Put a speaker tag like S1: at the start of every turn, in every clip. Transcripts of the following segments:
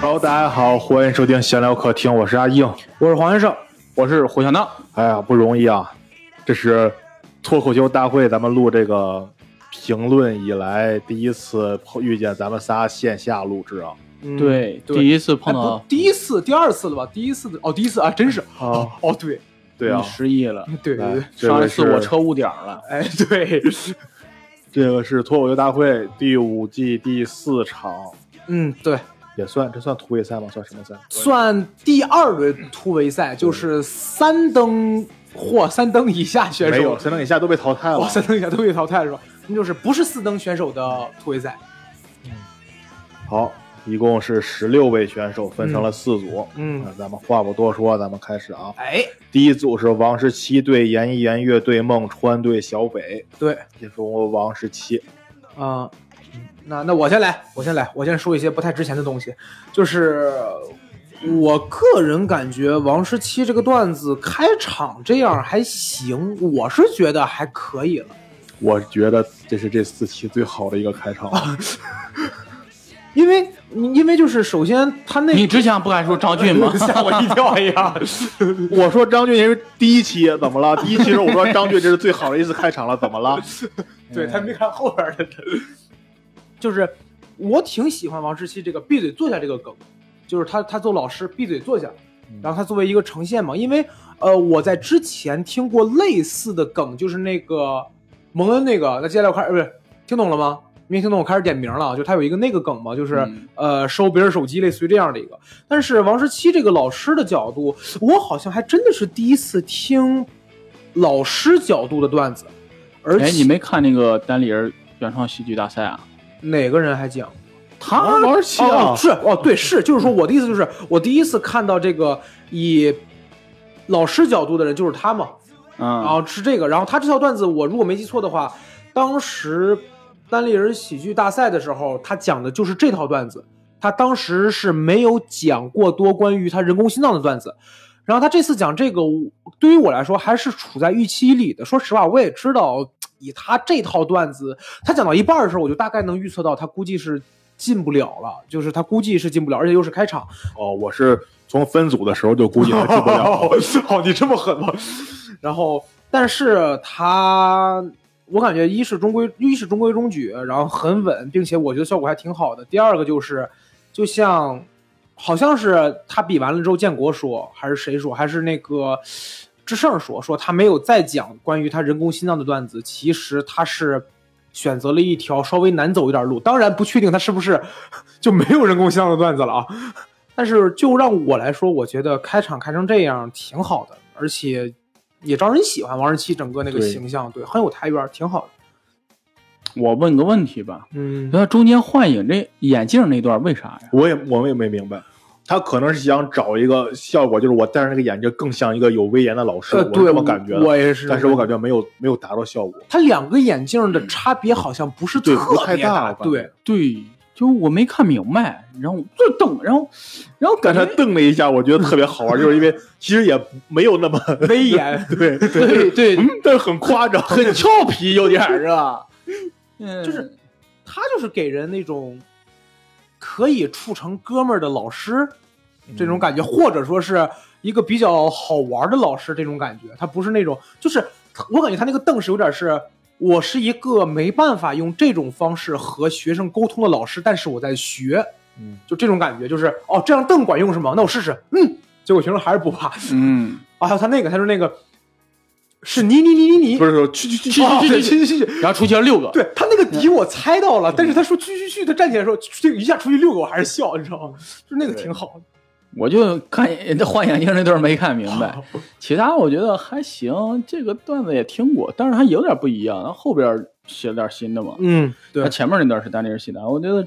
S1: Hello，大家好，欢迎收听闲聊客厅，我是阿硬，
S2: 我是黄先生，
S3: 我是胡小闹。
S1: 哎呀，不容易啊！这是脱口秀大会，咱们录这个评论以来第一次碰遇见咱们仨线下录制啊。
S2: 嗯，
S3: 对，
S2: 对
S3: 第一次碰
S2: 哎不
S3: 到，哎
S2: 第一次、第二次了吧？第一次的哦，第一次啊，真是
S1: 啊，
S2: 哦，对
S1: 对啊
S3: 你，失忆了。
S2: 对对对
S1: 来，这
S3: 上
S1: 个
S3: 一次我
S1: 是
S3: 车误点儿了，
S2: 哎对，
S1: 这个是脱口秀大会第五季第四场，
S2: 嗯对，
S1: 也算这算突围赛吗？算什么赛？
S2: 算第二轮突围赛，就是三登或三登以下选
S1: 没有，
S2: 手，
S1: 三等以下都被淘汰了
S2: 哇，。三登以下都被淘汰是吧？那就是不是四登选手的突围赛，
S1: 好，一共是十六位选手，分成了四组。
S2: 嗯嗯
S1: 那咱们话不多说，咱们开始啊。
S2: 哎，
S1: 第一组是王十七对严艺严乐队孟川对小北，
S2: 对
S1: 也是我王十七。
S2: 啊、那那我先来，我先来，我先说一些不太值钱的东西，就是我个人感觉王十七这个段子开场这样还行，我是觉得还可以了。
S1: 我觉得这是这四期最好的一个开场。
S2: 因为因为就是首先他那
S3: 你之前不敢说张俊吗？
S2: 吓我一跳呀！
S1: 我说张俊也是第一期，怎么了？第一期时候我说张俊这是最好的一次开场了，怎么了？
S2: 对他没看后边的，就是我挺喜欢王十七这个闭嘴坐下这个梗，就是他他做老师闭嘴坐下，然后他作为一个呈现嘛，因为呃我在之前听过类似的梗，就是那个蒙恩那个，那接下来我开始呃不是听懂了吗？没听懂，我开始点名了啊，就他有一个那个梗嘛，就是、
S3: 嗯
S2: 呃收别人手机，类似于这样的一个。但是王十七这个老师的角度，我好像还真的是第一次听老师角度的段子，而且
S3: 哎，你没看那个单立人原创喜剧大赛啊？
S2: 哪个人还讲？
S3: 他
S1: 王十七
S2: 哦
S1: 啊
S2: 哦，，是哦，对，是，就是说我的意思就是，我第一次看到这个以老师角度的人就是他嘛，然
S3: 嗯，
S2: 后是这个，然后他这条段子，我如果没记错的话，当时单立人喜剧大赛的时候，他讲的就是这套段子。他当时是没有讲过多关于他人工心脏的段子，然后他这次讲这个，我对于我来说还是处在预期里的。说实话，我也知道，以他这套段子，他讲到一半儿的时候，我就大概能预测到他估计是进不了了，就是他估计是进不了，而且又是开场，
S1: 哦，我是从分组的时候就估计他进不了。
S2: 哦，你这么狠吗？ 然后，但是他，我感觉一是中规，一是中规中矩，然后很稳，并且我觉得效果还挺好的。第二个就是，就像好像是他比完了之后，建国说还是谁说，还是那个志胜说，说他没有再讲关于他人工心脏的段子，其实他是。选择了一条稍微难走一点路，当然不确定他是不是就没有人工心脏的段子了啊。但是就让我来说，我觉得开场开成这样挺好的，而且也招人喜欢。王十七整个那个
S1: 对
S2: 形象，对，很有台缘，挺好的。
S3: 我问个问题吧，
S2: 嗯，
S3: 那中间幻影这眼镜那段为啥呀？
S1: 我也我们也没明白，他可能是想找一个效果，就是我戴上那个眼镜更像一个有威严的老师，
S2: 呃，
S1: 我
S2: 对，
S1: 这么感觉的。
S2: 我也是。
S1: 但是我感觉没有没有达到效果，
S2: 他两个眼镜的差别好像不是
S1: 嗯对，
S2: 特
S1: 不太
S2: 别
S1: 大。
S2: 大，
S1: 我感
S2: 对
S1: 觉，，
S3: 对，就我没看明白，然后就瞪，然后然后
S1: 但
S3: 感
S1: 他
S3: 觉
S1: 瞪了一下，我觉得特别好玩，就是因为其实也没有那 么。
S2: 威严
S1: 对
S3: 对对，
S1: 嗯，但是很夸张，
S3: 很俏皮，有点儿啊，嗯，
S2: 就是他就是给人那种可以处成哥们儿的老师
S1: 嗯
S2: 这种感觉，或者说是一个比较好玩的老师这种感觉。他不是那种，就是我感觉他那个瞪是有点是。我是一个没办法用这种方式和学生沟通的老师，但是我在学，
S1: 嗯，
S2: 就这种感觉，就是哦，这样瞪管用是吗？那我试试，嗯，结果学生还是不怕。
S3: 嗯，
S2: 啊，还有他那个，他说那个是你你你你你，
S1: 不是说去去去去
S2: 哦
S1: 去
S2: 对
S1: 去
S2: 去去去去，嗯
S3: 然后出去了六个，
S2: 对他那个底我猜到了，但是他说去去去，他站起来说这个一下出去遛狗，我还是笑，你知道吗？就那个挺好的。
S3: 我就看这换眼镜那段没看明白，其他我觉得还行。这个段子也听过，但是它有点不一样。它后边写了点新的嘛，
S2: 嗯，
S3: 它
S2: 对，
S1: 啊
S3: 前面那段是单立人写的，我觉得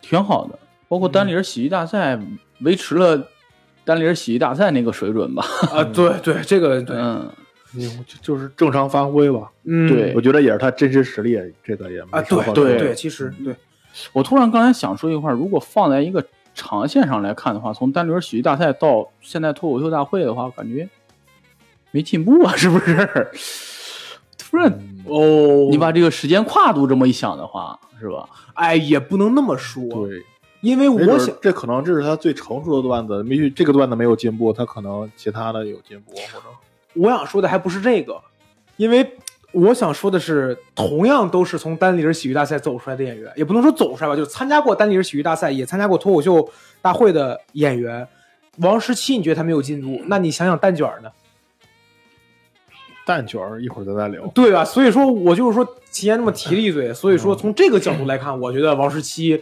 S3: 挺好的。包
S2: 嗯
S3: 括单立人喜剧大赛维持了单立人喜剧大赛那个水准吧。
S2: 啊，对对，这个对，
S3: 嗯，
S1: 哎就就是正常发挥吧。
S2: 嗯，
S3: 对
S1: 我觉得也是他真实实力，这个也没
S2: 啊，
S1: 什么
S2: 对
S1: 好嗯
S2: 对
S1: 说
S2: 对，其实对，
S3: 我突然刚才想说一块儿，如果放在一个长线上来看的话，从单立人喜剧大赛到现在脱口秀大会的话，我感觉没进步啊，是不是？ 突然。
S2: 哦
S1: 嗯
S3: 你把这个时间跨度这么一想的话，是吧？
S2: 哎也不能那么说，
S1: 对，
S2: 因为
S1: 没准
S2: 我
S1: 儿
S2: 想
S1: 这可能这是他最成熟的段子，也许这个段子没有进步，他可能其他的有进步，或者
S2: 我想说的还不是这个，因为我想说的是，同样都是从单立人喜剧大赛走出来的演员，也不能说走出来吧，就是参加过单立人喜剧大赛，也参加过脱口秀大会的演员。王十七，你觉得他没有进步？那你想想蛋卷儿呢？
S1: 蛋卷儿一会儿咱再聊。
S2: 对吧？啊所以说我就是说提前这么提了一嘴，所以说从这个角度来看，我觉得王十七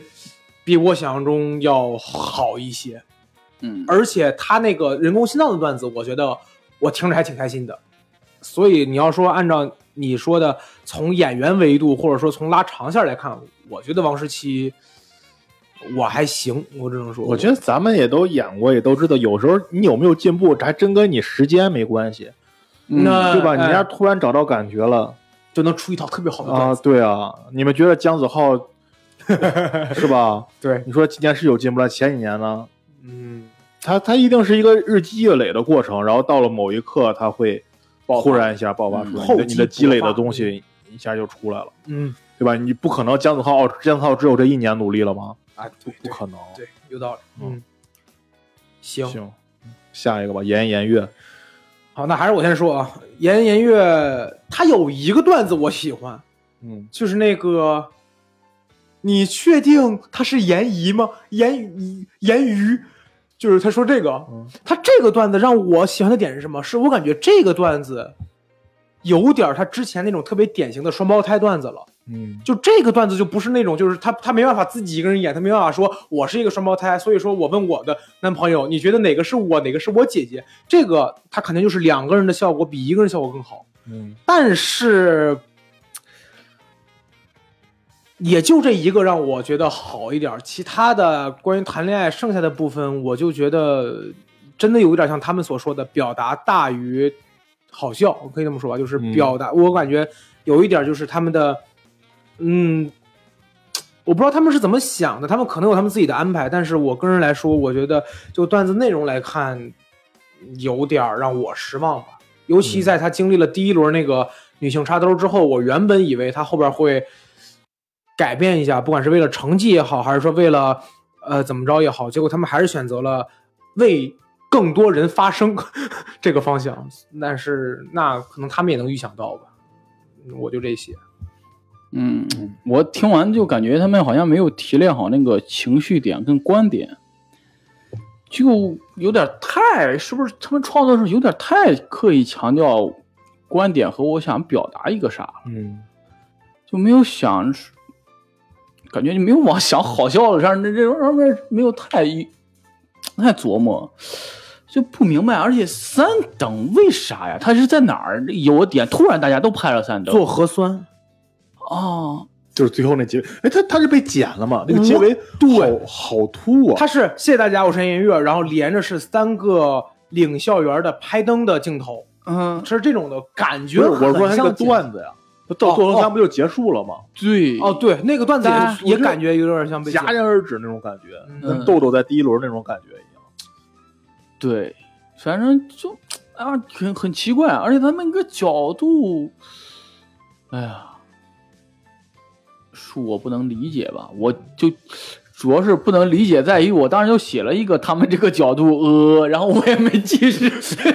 S2: 比我想象中要好一些，
S3: 嗯，
S2: 而且他那个人工心脏的段子，我觉得我听着还挺开心的。所以你要说按照你说的从演员维度，或者说从拉长线来看，我觉得王十七我还行，我只能说，
S1: 我觉得咱们也都演过，也都知道，有时候你有没有进步，这还真跟你时间没关系，
S3: 嗯
S1: 嗯
S2: 那
S1: 对吧？你
S2: 哎
S1: 要突然找到感觉了
S2: 就能出一套特别好的段
S1: 啊，
S2: 子。
S1: 对啊，你们觉得姜子 浩是吧？
S2: 对，
S1: 你说今年是有进步了，前几年呢，
S2: 嗯，
S1: 他他一定是一个日积月累的过程，然后到了某一刻，他会
S2: 爆发
S1: 忽然一下爆发出来，
S2: 嗯
S1: 你的你的
S2: 厚积薄发
S1: 积累的东西一下就出来了，
S2: 嗯，
S1: 对吧？你不可能姜子浩，姜子浩只有这一年努力了吗？
S2: 啊，
S1: 不
S2: 对
S1: 不
S2: 对
S1: 可能。
S2: 对，有道理。
S1: 嗯
S2: 嗯，行，
S1: 行，下一个吧，颜颜悦，
S2: 好，那还是我先说啊。颜颜悦他有一个段子我喜欢，
S1: 嗯，
S2: 就是那个，你确定他是颜姨吗？颜鱼颜鱼，就是他说这个
S1: 嗯，
S2: 他这个段子让我喜欢的点是什么？是我感觉这个段子有点儿他之前那种特别典型的双胞胎段子了。
S1: 嗯，
S2: 就这个段子就不是那种，就是他他没办法自己一个人演，他没办法说我是一个双胞胎，所以说我问我的男朋友，你觉得哪个是我，哪个是我姐姐？这个他肯定就是两个人的效果比一个人效果更好，
S1: 嗯，
S2: 但是呃也就这一个让我觉得好一点儿，其他的关于谈恋爱剩下的部分，我就觉得真的有一点像他们所说的表达大于好笑，我可以这么说吧，就是
S1: 嗯
S2: 表达，我感觉有一点就是他们的，嗯。我不知道他们是怎么想的，他们可能有他们自己的安排，但是我个人来说，我觉得就段子内容来看，有点儿让我失望吧。尤
S1: 嗯
S2: 其在他经历了第一轮那个女性插兜之后，我原本以为他后边会改变一下，不管是为了成绩也好，还是说为了呃怎么着也好，结果他们还是选择了为更多人发声 这个方向。但是那可能他们也能预想到吧，嗯我就这些。
S3: 嗯，我听完就感觉他们好像没有提炼好那个情绪点跟观点，就有点太是不是他们创作的时候有点太刻意强调观点和我想表达一个啥了，
S1: 嗯，
S3: 就没有想，感觉你没有往想好笑的上那 这上面没有太太琢磨。就不明白，而且三等为啥呀？他是在哪儿有个点？突然大家都拍了三等，
S2: 做核酸，
S3: 哦，
S1: 就是最后那结尾，哎，他他是被剪了吗？那个结尾
S2: 嗯对
S1: 好好突啊，
S2: 他是谢谢大家，我是颜悦，然后连着是三个领校园的拍灯的镜头，
S3: 嗯，
S2: 是这种的感觉
S1: 不是
S2: 很像剪。
S1: 我说他那个段子呀，他到最后他不就结束了吗？
S3: 对，
S2: 哦，，对，那个段子
S3: 但
S2: 也也感觉有点像被
S1: 戛
S2: 剪
S1: 然而止那种感觉，
S2: 嗯
S1: 跟豆豆在第一轮那种感觉一样。
S3: 对，反正就啊，很很奇怪，而且他们那个角度，哎呀，恕我不能理解吧，我就。主要是不能理解在于，我当时就写了一个他们这个角度，呃，然后我也没记是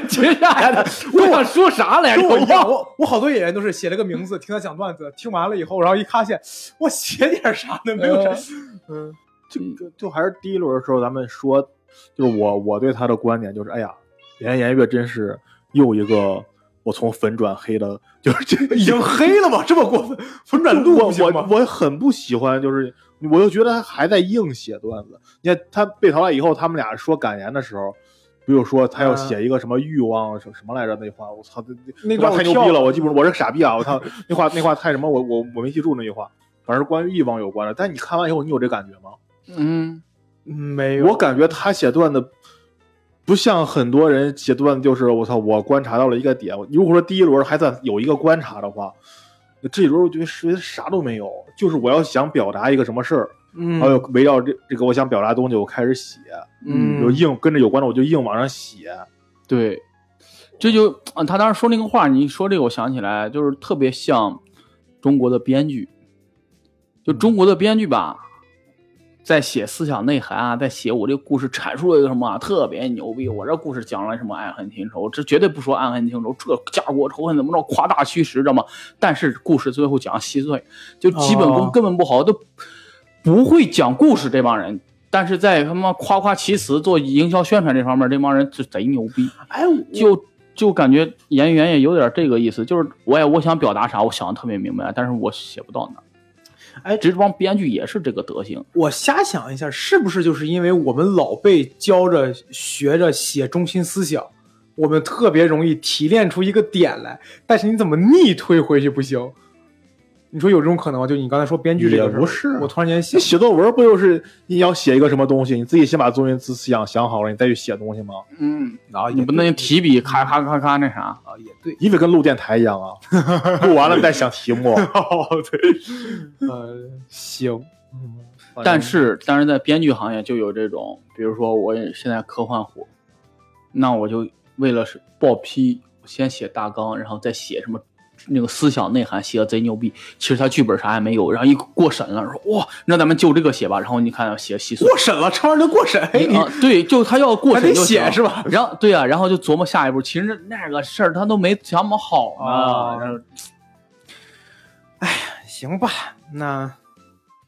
S3: 接下来的，我想说啥来着，
S2: 跟
S3: 我
S2: 我一样，
S3: 忘了。
S2: 我我好多演员都是写了个名字，听他讲段子，听完了以后，然后一发现我写点啥
S3: 呃
S2: 呢？没有啥，嗯，
S1: 这个就还是第一轮的时候，咱们说，就是我我对他的观点就是，哎呀，颜颜悦真是又一个我从粉转黑的，就是这
S2: 已经黑了吗？这么过分，粉转路
S1: 我
S2: 不行
S1: 我
S2: 吗？
S1: 我很不喜欢，就是我又觉得他还在硬写段子。你看他被淘汰以后，他们俩说感言的时候，比如说他要写一个什么欲望什什么来着那话，我操，这这
S2: 嗯那
S1: 句话太
S2: 段我
S1: 牛
S2: 跳
S1: 逼了，
S2: 了
S1: 我记不住，我是个傻逼啊！我 操，那话那话太什么，我我我没记住那句话，反正是关于欲望有关的。但你看完以后，你有这感觉吗？
S3: 嗯，
S2: 嗯没有，
S1: 我感觉他写段子不像很多人写段子，就是我操，我观察到了一个点。如果说第一轮还算有一个观察的话，这一轮我觉得实在啥都没有，就是我要想表达一个什么事儿，
S2: 嗯
S1: 还有围绕这这个我想表达的东西，我开始写，
S2: 嗯
S1: 有硬跟着有关的我就硬往上写。
S3: 对，这就啊，他当时说那个话，你一说这个，我想起来，就是特别像中国的编剧，就中国的编剧吧，在写思想内涵啊，在写我这个故事阐述了一个什么啊，特别牛逼。我这故事讲了什么爱恨情仇，这绝对不说爱恨情仇，这家国仇恨怎么着，夸大虚实，知道吗？但是故事最后讲稀碎，就基本功
S2: 哦
S3: 根本不好，都不会讲故事这帮人。但是在他妈夸夸其词做营销宣传这方面，这帮人就贼牛逼。
S2: 哎，我
S3: 就就感觉演员也有点这个意思，就是我也我想表达啥，我想的特别明白，但是我写不到那儿。
S2: 哎
S3: 这帮编剧也是这个德行，
S2: 我瞎想一下，是不是就是因为我们老被教着学着写中心思想，我们特别容易提炼出一个点来，但是你怎么逆推回去不行？你说有这种可能吗？就你刚才说编剧这个事儿，
S1: 也不是
S2: 我突然间
S1: 你
S2: 想，
S1: 写作文不就是你要写一个什么东西，你自己先把中心思想想好了，你再去写东西吗？
S3: 嗯，
S2: 啊，
S3: 你
S2: 也
S3: 不能
S2: 对
S3: 提笔咔咔咔咔那啥，
S2: 啊，也对，
S1: 你得跟录电台一样啊，录完了再想题目。
S2: 哦对，呃，行，
S3: 但是但是在编剧行业就有这种，比如说我也现在科幻火，那我就为了是报批，先写大纲，然后再写什么。那个思想内涵写的贼牛逼，其实他剧本啥也没有，然后一过审了，说哇，那咱们就这个写吧，然后你看写稀碎，
S2: 过审了，这玩意儿就过审，哎，你
S3: 啊，对，就他要过
S2: 还
S3: 审
S2: 得
S3: 就
S2: 写
S3: 行
S2: 是吧？
S3: 然后对啊，然后就琢磨下一步，其实那个事儿他都没想好呢。
S2: 啊
S3: 然后
S2: 行吧，那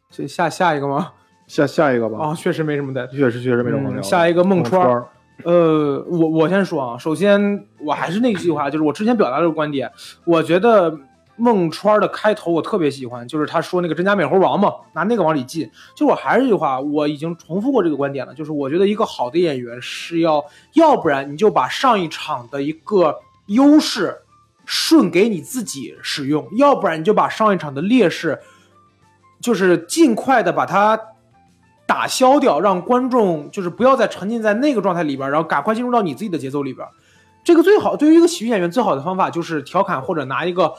S2: 这下下一个吗？
S1: 下下一个吧，
S2: 啊，确实没什么的。
S1: 确实确实没什么好聊的。
S2: 嗯下一个孟川
S1: 川儿，
S2: 呃，我我先说啊，首先我还是那句话，就是我之前表达的这个观点，我觉得孟川的开头我特别喜欢，就是他说那个真假美猴王嘛，拿那个往里进。就我还是这句话，我已经重复过这个观点了，就是我觉得一个好的演员是要，要不然你就把上一场的一个优势顺给你自己使用，要不然你就把上一场的劣势，就是尽快的把它打消掉，让观众就是不要再沉浸在那个状态里边儿，然后赶快进入到你自己的节奏里边儿。这个最好，对于一个喜剧演员最好的方法就是调侃或者拿一个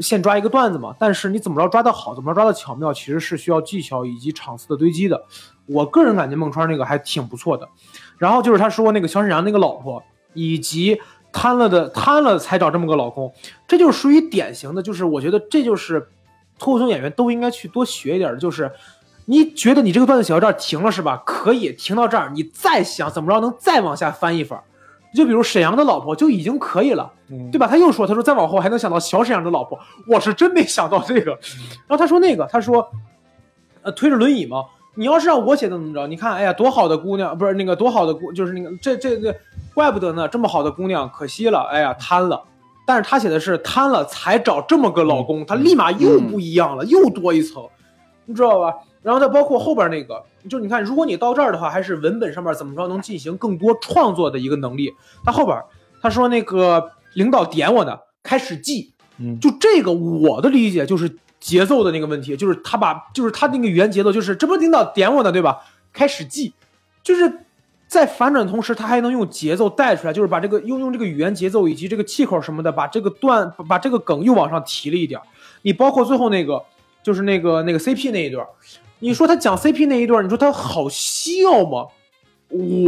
S2: 现抓一个段子嘛。但是你怎么着抓的好，怎么着抓的巧妙，其实是需要技巧以及场次的堆积的。我个人感觉孟川那个还挺不错的。然后就是他说那个小沈阳那个老婆，以及贪了的贪了才找这么个老公，这就是属于典型的，就是我觉得这就是脱口秀演员都应该去多学一点的，就是你觉得你这个段子写到这儿停了是吧？可以停到这儿，你再想怎么着能再往下翻一番儿。就比如沈阳的老婆就已经可以了，
S1: 嗯
S2: 对吧？他又说，他说再往后还能想到小沈阳的老婆，我是真没想到这个。然后他说那个，他说，呃，推着轮椅嘛，你要是让我写怎么着？你看，哎呀，多好的姑娘，不是那个多好的姑，就是那个这这这，怪不得呢，这么好的姑娘，可惜了，哎呀，贪了。但是他写的是贪了才找这么个老公，他立马又不一样了，又多一层，你知道吧？然后再包括后边那个，就是你看，如果你到这儿的话，还是文本上面怎么着能进行更多创作的一个能力。他后边儿他说那个领导点我呢，开始记，
S1: 嗯
S2: 就这个我的理解就是节奏的那个问题，就是他把就是他那个语言节奏就是这不是领导点我呢对吧？开始记，就是在反转的同时，他还能用节奏带出来，就是把这个用用这个语言节奏以及这个气口什么的，把这个段把这个梗又往上提了一点儿。你包括最后那个就是那个那个 CP 那一段儿，你说他讲 CP 那一段儿，你说他好笑吗？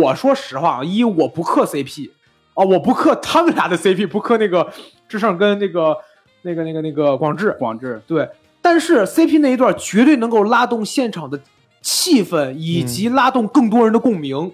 S2: 我说实话啊，一我不磕 CP 啊，我不磕他们俩的 CP，不磕那个智胜跟那个那个那个那个广志，
S3: 广志，
S2: 对，但是 CP 那一段绝对能够拉动现场的气氛，以及拉动更多人的共鸣。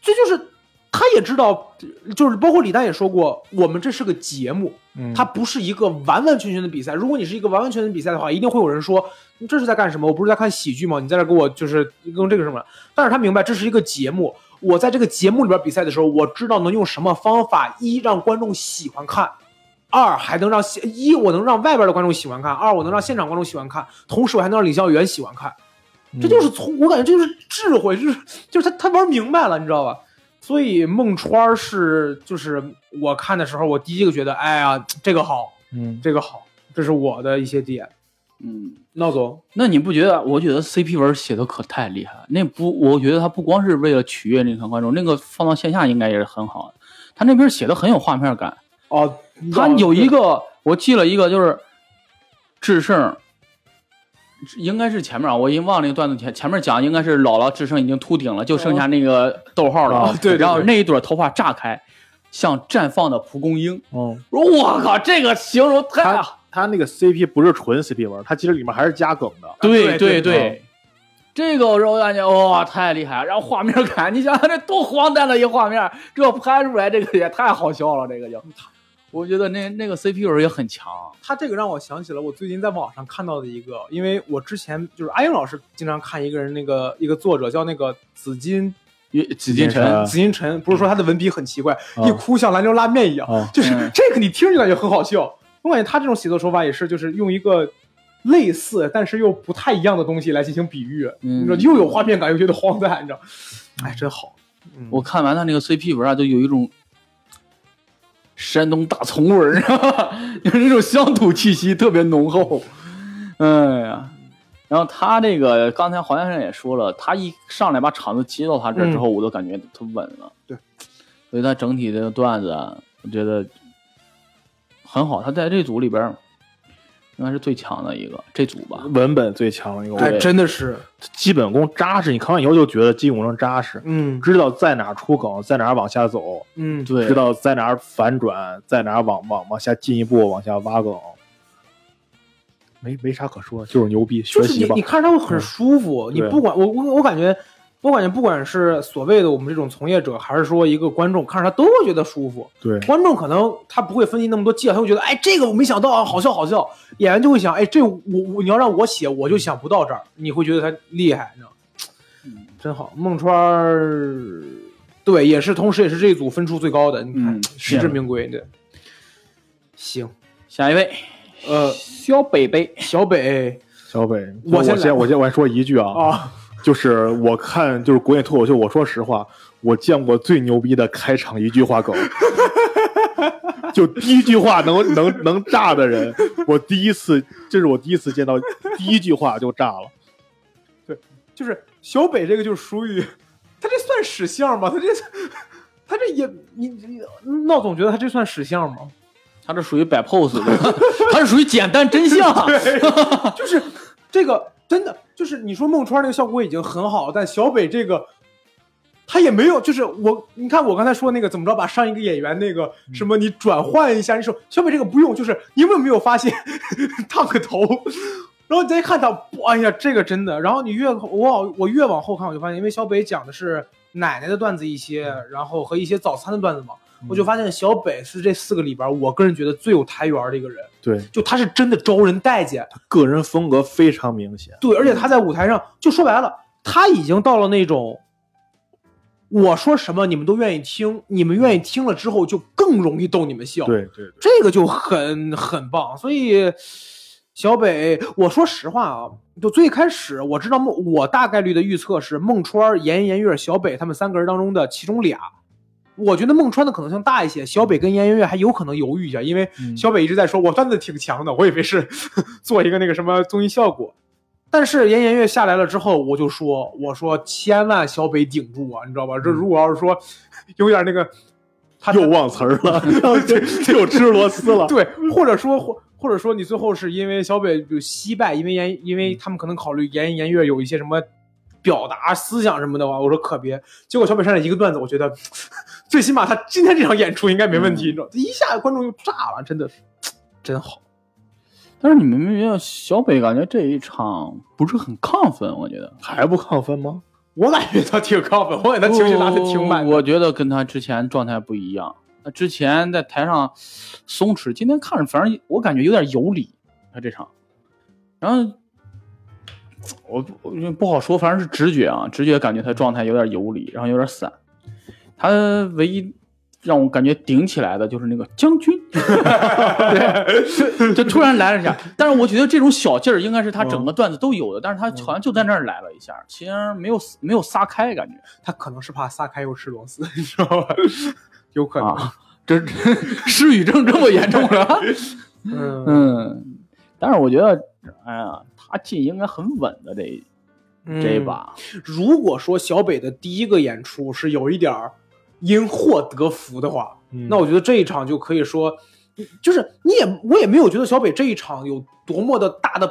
S2: 这就是他也知道，就是包括李诞也说过，我们这是个节目，
S1: 嗯
S2: 它不是一个完完全全的比赛。如果你是一个完完全全的比赛的话，一定会有人说你这是在干什么？我不是在看喜剧吗？你在这给我就是用这个什么？但是他明白这是一个节目，我在这个节目里边比赛的时候，我知道能用什么方法，一让观众喜欢看。二还能让现一我能让外边的观众喜欢看，二我能让现场观众喜欢看，同时我还能让李笑元喜欢看，这就是从我感觉这就是智慧，就是就是他他玩明白了，你知道吧？所以孟川是就是我看的时候，我第一个觉得，哎呀，这个好，
S1: 嗯
S2: 这个好，这是我的一些点。
S3: 嗯，
S2: 闹总，
S3: 那你不觉得？我觉得 CP 文写的可太厉害了。那不，我觉得他不光是为了取悦那场观众，那个放到线下应该也是很好的。他那边写的很有画面感。
S2: 哦，
S3: 他有一个，我记了一个，就是智胜，应该是前面啊，我已经忘了那个段子前前面讲，应该是姥姥智胜已经秃顶了，就剩下那个逗号了。啊
S1: 哦
S2: 对对对
S3: 然后那一朵头发炸开，像绽放的蒲公英。
S1: 嗯，
S3: 我说我靠，这个形容太
S2: 哎
S1: 啊
S3: 好。
S1: 他他那个 CP 不是纯 CP 文，他其实里面还是加梗的。
S3: 对
S2: 对对
S3: 对，这个我感觉哇、太厉害了，然后画面感，你想想这多荒诞的一个画面，这要拍出来这个也太好笑了，这个就，我觉得那那个 CP 值也很强，啊
S2: 他这个让我想起了我最近在网上看到的一个，因为我之前就是阿英老师经常看一个人那个一个作者叫那个紫金
S3: 也紫
S1: 紫禁
S3: 禁城
S1: 城啊
S2: 紫金陈，不是说他的文笔很奇怪，
S1: 啊
S2: 一哭像兰州拉面一样，
S1: 啊，
S2: 就是
S3: 嗯
S2: 这个你听着就感觉很好笑。我感觉他这种写作手法也是，就是用一个类似但是又不太一样的东西来进行比喻，
S3: 嗯
S2: 你知道又有画面感，又觉得荒诞，你知道，哎，真好。嗯
S3: 我看完他那个 CP 文啊，就有一种山东大葱味儿， 你知道吗就是那种乡土气息特别浓厚。哎呀，然后他这个刚才黄先生也说了，他一上来把场子接到他这儿
S1: 嗯
S3: 之后，我都感觉他稳了。
S2: 对，
S3: 所以他整体的段子啊，我觉得很好。他在这组里边儿应该是最强的一个，这组吧。
S1: 文本最强的一个，
S2: 哎，
S3: 对
S2: 真的是，
S1: 基本功扎实。你看完以后就觉得基本功扎实，
S2: 嗯
S1: 知道在哪儿出梗，在哪儿往下走，
S2: 嗯，
S3: 对，
S1: 知道在哪儿反转，在哪儿往往往下进一步往下挖梗，没没啥可说，就是牛逼，学
S2: 就是
S1: 习
S2: 你
S1: 吧嗯
S2: 你。看着他会很舒服，你
S1: 对
S2: 不管我我我感觉，我感觉不管是所谓的我们这种从业者，还是说一个观众，看着他都会觉得舒服。
S1: 对，
S2: 观众可能他不会分析那么多技巧，他会觉得哎这个我没想到啊，好笑好笑。演员就会想哎这我我你要让我写我就想不到这儿，你会觉得他厉害，你知道吗？真好，孟川儿对也是，同时也是这一组分数最高的，你看
S3: 嗯
S2: 实至
S3: 是
S2: 名归，对。行，
S3: 下一位，
S2: 呃，
S3: 小北北，
S2: 小北
S1: 小北，
S2: 我
S1: 我
S2: 先来
S1: 先我先我先说一句啊，
S2: 啊，
S1: 就是我看就是国内脱口秀，我说实话，我见过最牛逼的开场一句话梗， 就第一句话能 能能炸的人，我第一次，这是我第一次见到第一句话就炸了。
S2: 就是小北这个就是属于，他这算屎相吗？他这他这也你你闹总觉得他这算屎相吗？
S3: 他这属于摆 pose 的， 他是属于简单真相。
S2: 就是这个真的就是你说孟川那个效果已经很好，但小北这个他也没有，就是我你看我刚才说那个怎么着把上一个演员那个什么你转换一下，你说小北这个不用，就是你有没有发现烫个头？然后你再看他，哇哎呀，这个真的。然后你越我往我越往后看，我就发现，因为小北讲的是奶奶的段子一些，然后和一些早餐的段子嘛，我就发现小北是这四个里边，我个人觉得最有台缘儿的一个人，
S1: 对，
S2: 就他是真的招人待见。
S1: 个人风格非常明显。
S2: 对，而且他在舞台上，就说白了，他已经到了那种，我说什么你们都愿意听，你们愿意听了之后就更容易逗你们笑，
S1: 对对对，
S2: 这个就很很棒。所以小北，我说实话啊，就最开始我知道孟，我大概率的预测是孟川、严颜悦、小北他们三个人当中的其中俩。我觉得孟川的可能性大一些，小北跟严颜悦还有可能犹豫一下，因为
S1: 嗯
S2: 小北一直在说我段子挺强的，我以为是 做一个那个什么综艺效果。但是严颜悦下来了之后，我就说，我说千万小北顶住啊，你知道
S1: 嗯
S2: 吧？这如果要是说有点那个，他
S1: 又忘词儿了， 又吃螺丝了。
S2: 对，或者说或或者说你最后是因为小北就惜败，因为严因
S3: 嗯
S2: 为他们可能考虑严严月有一些什么表达思想什么的话，我说可别。结果小北上来一个段子，我觉得 最起码他今天这场演出应该没问
S3: 嗯
S2: 题，你知道，一下观众就炸了，真的是真好。
S3: 但是你们没觉得小北感觉这一场不是很亢奋？我觉得
S1: 还不亢奋吗？
S2: 我感觉他挺亢奋，我感觉他情绪拉的挺满的。
S3: 哦我觉得跟他之前状态不一样。他之前在台上松弛，今天看着反正我感觉有点有理。他这场，然后我不我不好说，反正是直觉啊，直觉感觉他状态有点有理，然后有点散。他唯一让我感觉顶起来的就是那个将军， 对，就就突然来了一下。但是我觉得这种小劲儿应该是他整
S2: 嗯
S3: 个段子都有的，但是他好像就在那儿来了一下，其实没有没有撒开感觉。
S2: 他可能是怕撒开又吃螺丝，你知道吧？有可能，
S3: 啊，这失语症这么严重了？
S2: 嗯
S3: 嗯，但是我觉得，哎呀，他进应该很稳的这一
S2: 嗯
S3: 这一把，
S2: 如果说小北的第一个演出是有一点儿因祸得福的话，
S1: 嗯
S2: 那我觉得这一场就可以说，就是你也我也没有觉得小北这一场有多么的大的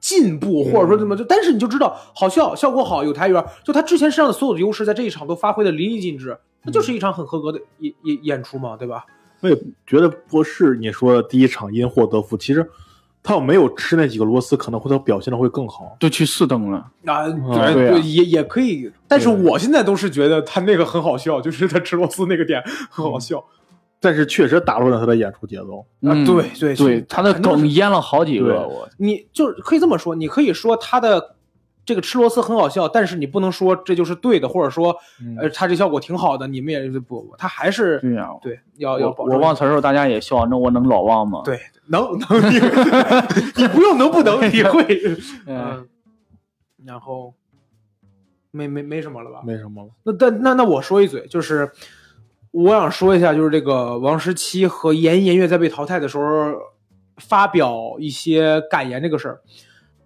S2: 进步，或者说
S3: 嗯
S2: 怎么就，但是你就知道好笑，效果好，有台缘，就他之前身上的所有的优势在这一场都发挥的淋漓尽致，那
S3: 嗯
S2: 就是一场很合格的演演演出嘛，对吧？
S1: 我也觉得不是你说的第一场因祸得福，其实他要没有吃那几个螺丝，可能会他表现的会更好。
S3: 就去四蹬了。
S2: 啊，
S1: 啊
S2: 对
S3: 对啊
S2: 也也可以，但是我现在都是觉得他那个很好笑，就是他吃螺丝那个点很好笑。
S1: 但是确实打乱了他的演出节奏。
S2: 啊
S3: 嗯，
S2: 对
S3: 对
S2: 对是，
S3: 他的
S2: 肯定是
S3: 梗淹了好几
S1: 对
S3: 个，我
S2: 你就是可以这么说，你可以说他的这个吃螺丝很好笑，但是你不能说这就是对的，或者说
S3: 嗯
S2: 呃他这效果挺好的，你们也不不，他还是
S3: 对啊呀，
S2: 对要要
S3: 我
S2: 保
S3: 我
S2: 证
S3: 忘词儿的时候大家也笑，那我能老忘吗？
S2: 对能能你 你不用能不能你会
S3: 嗯，
S2: 嗯，然后没没没什么了吧？
S1: 没什么了。
S2: 那但那那我说一嘴，就是我想说一下，就是这个王十七和严颜悦在被淘汰的时候发表一些感言这个事儿。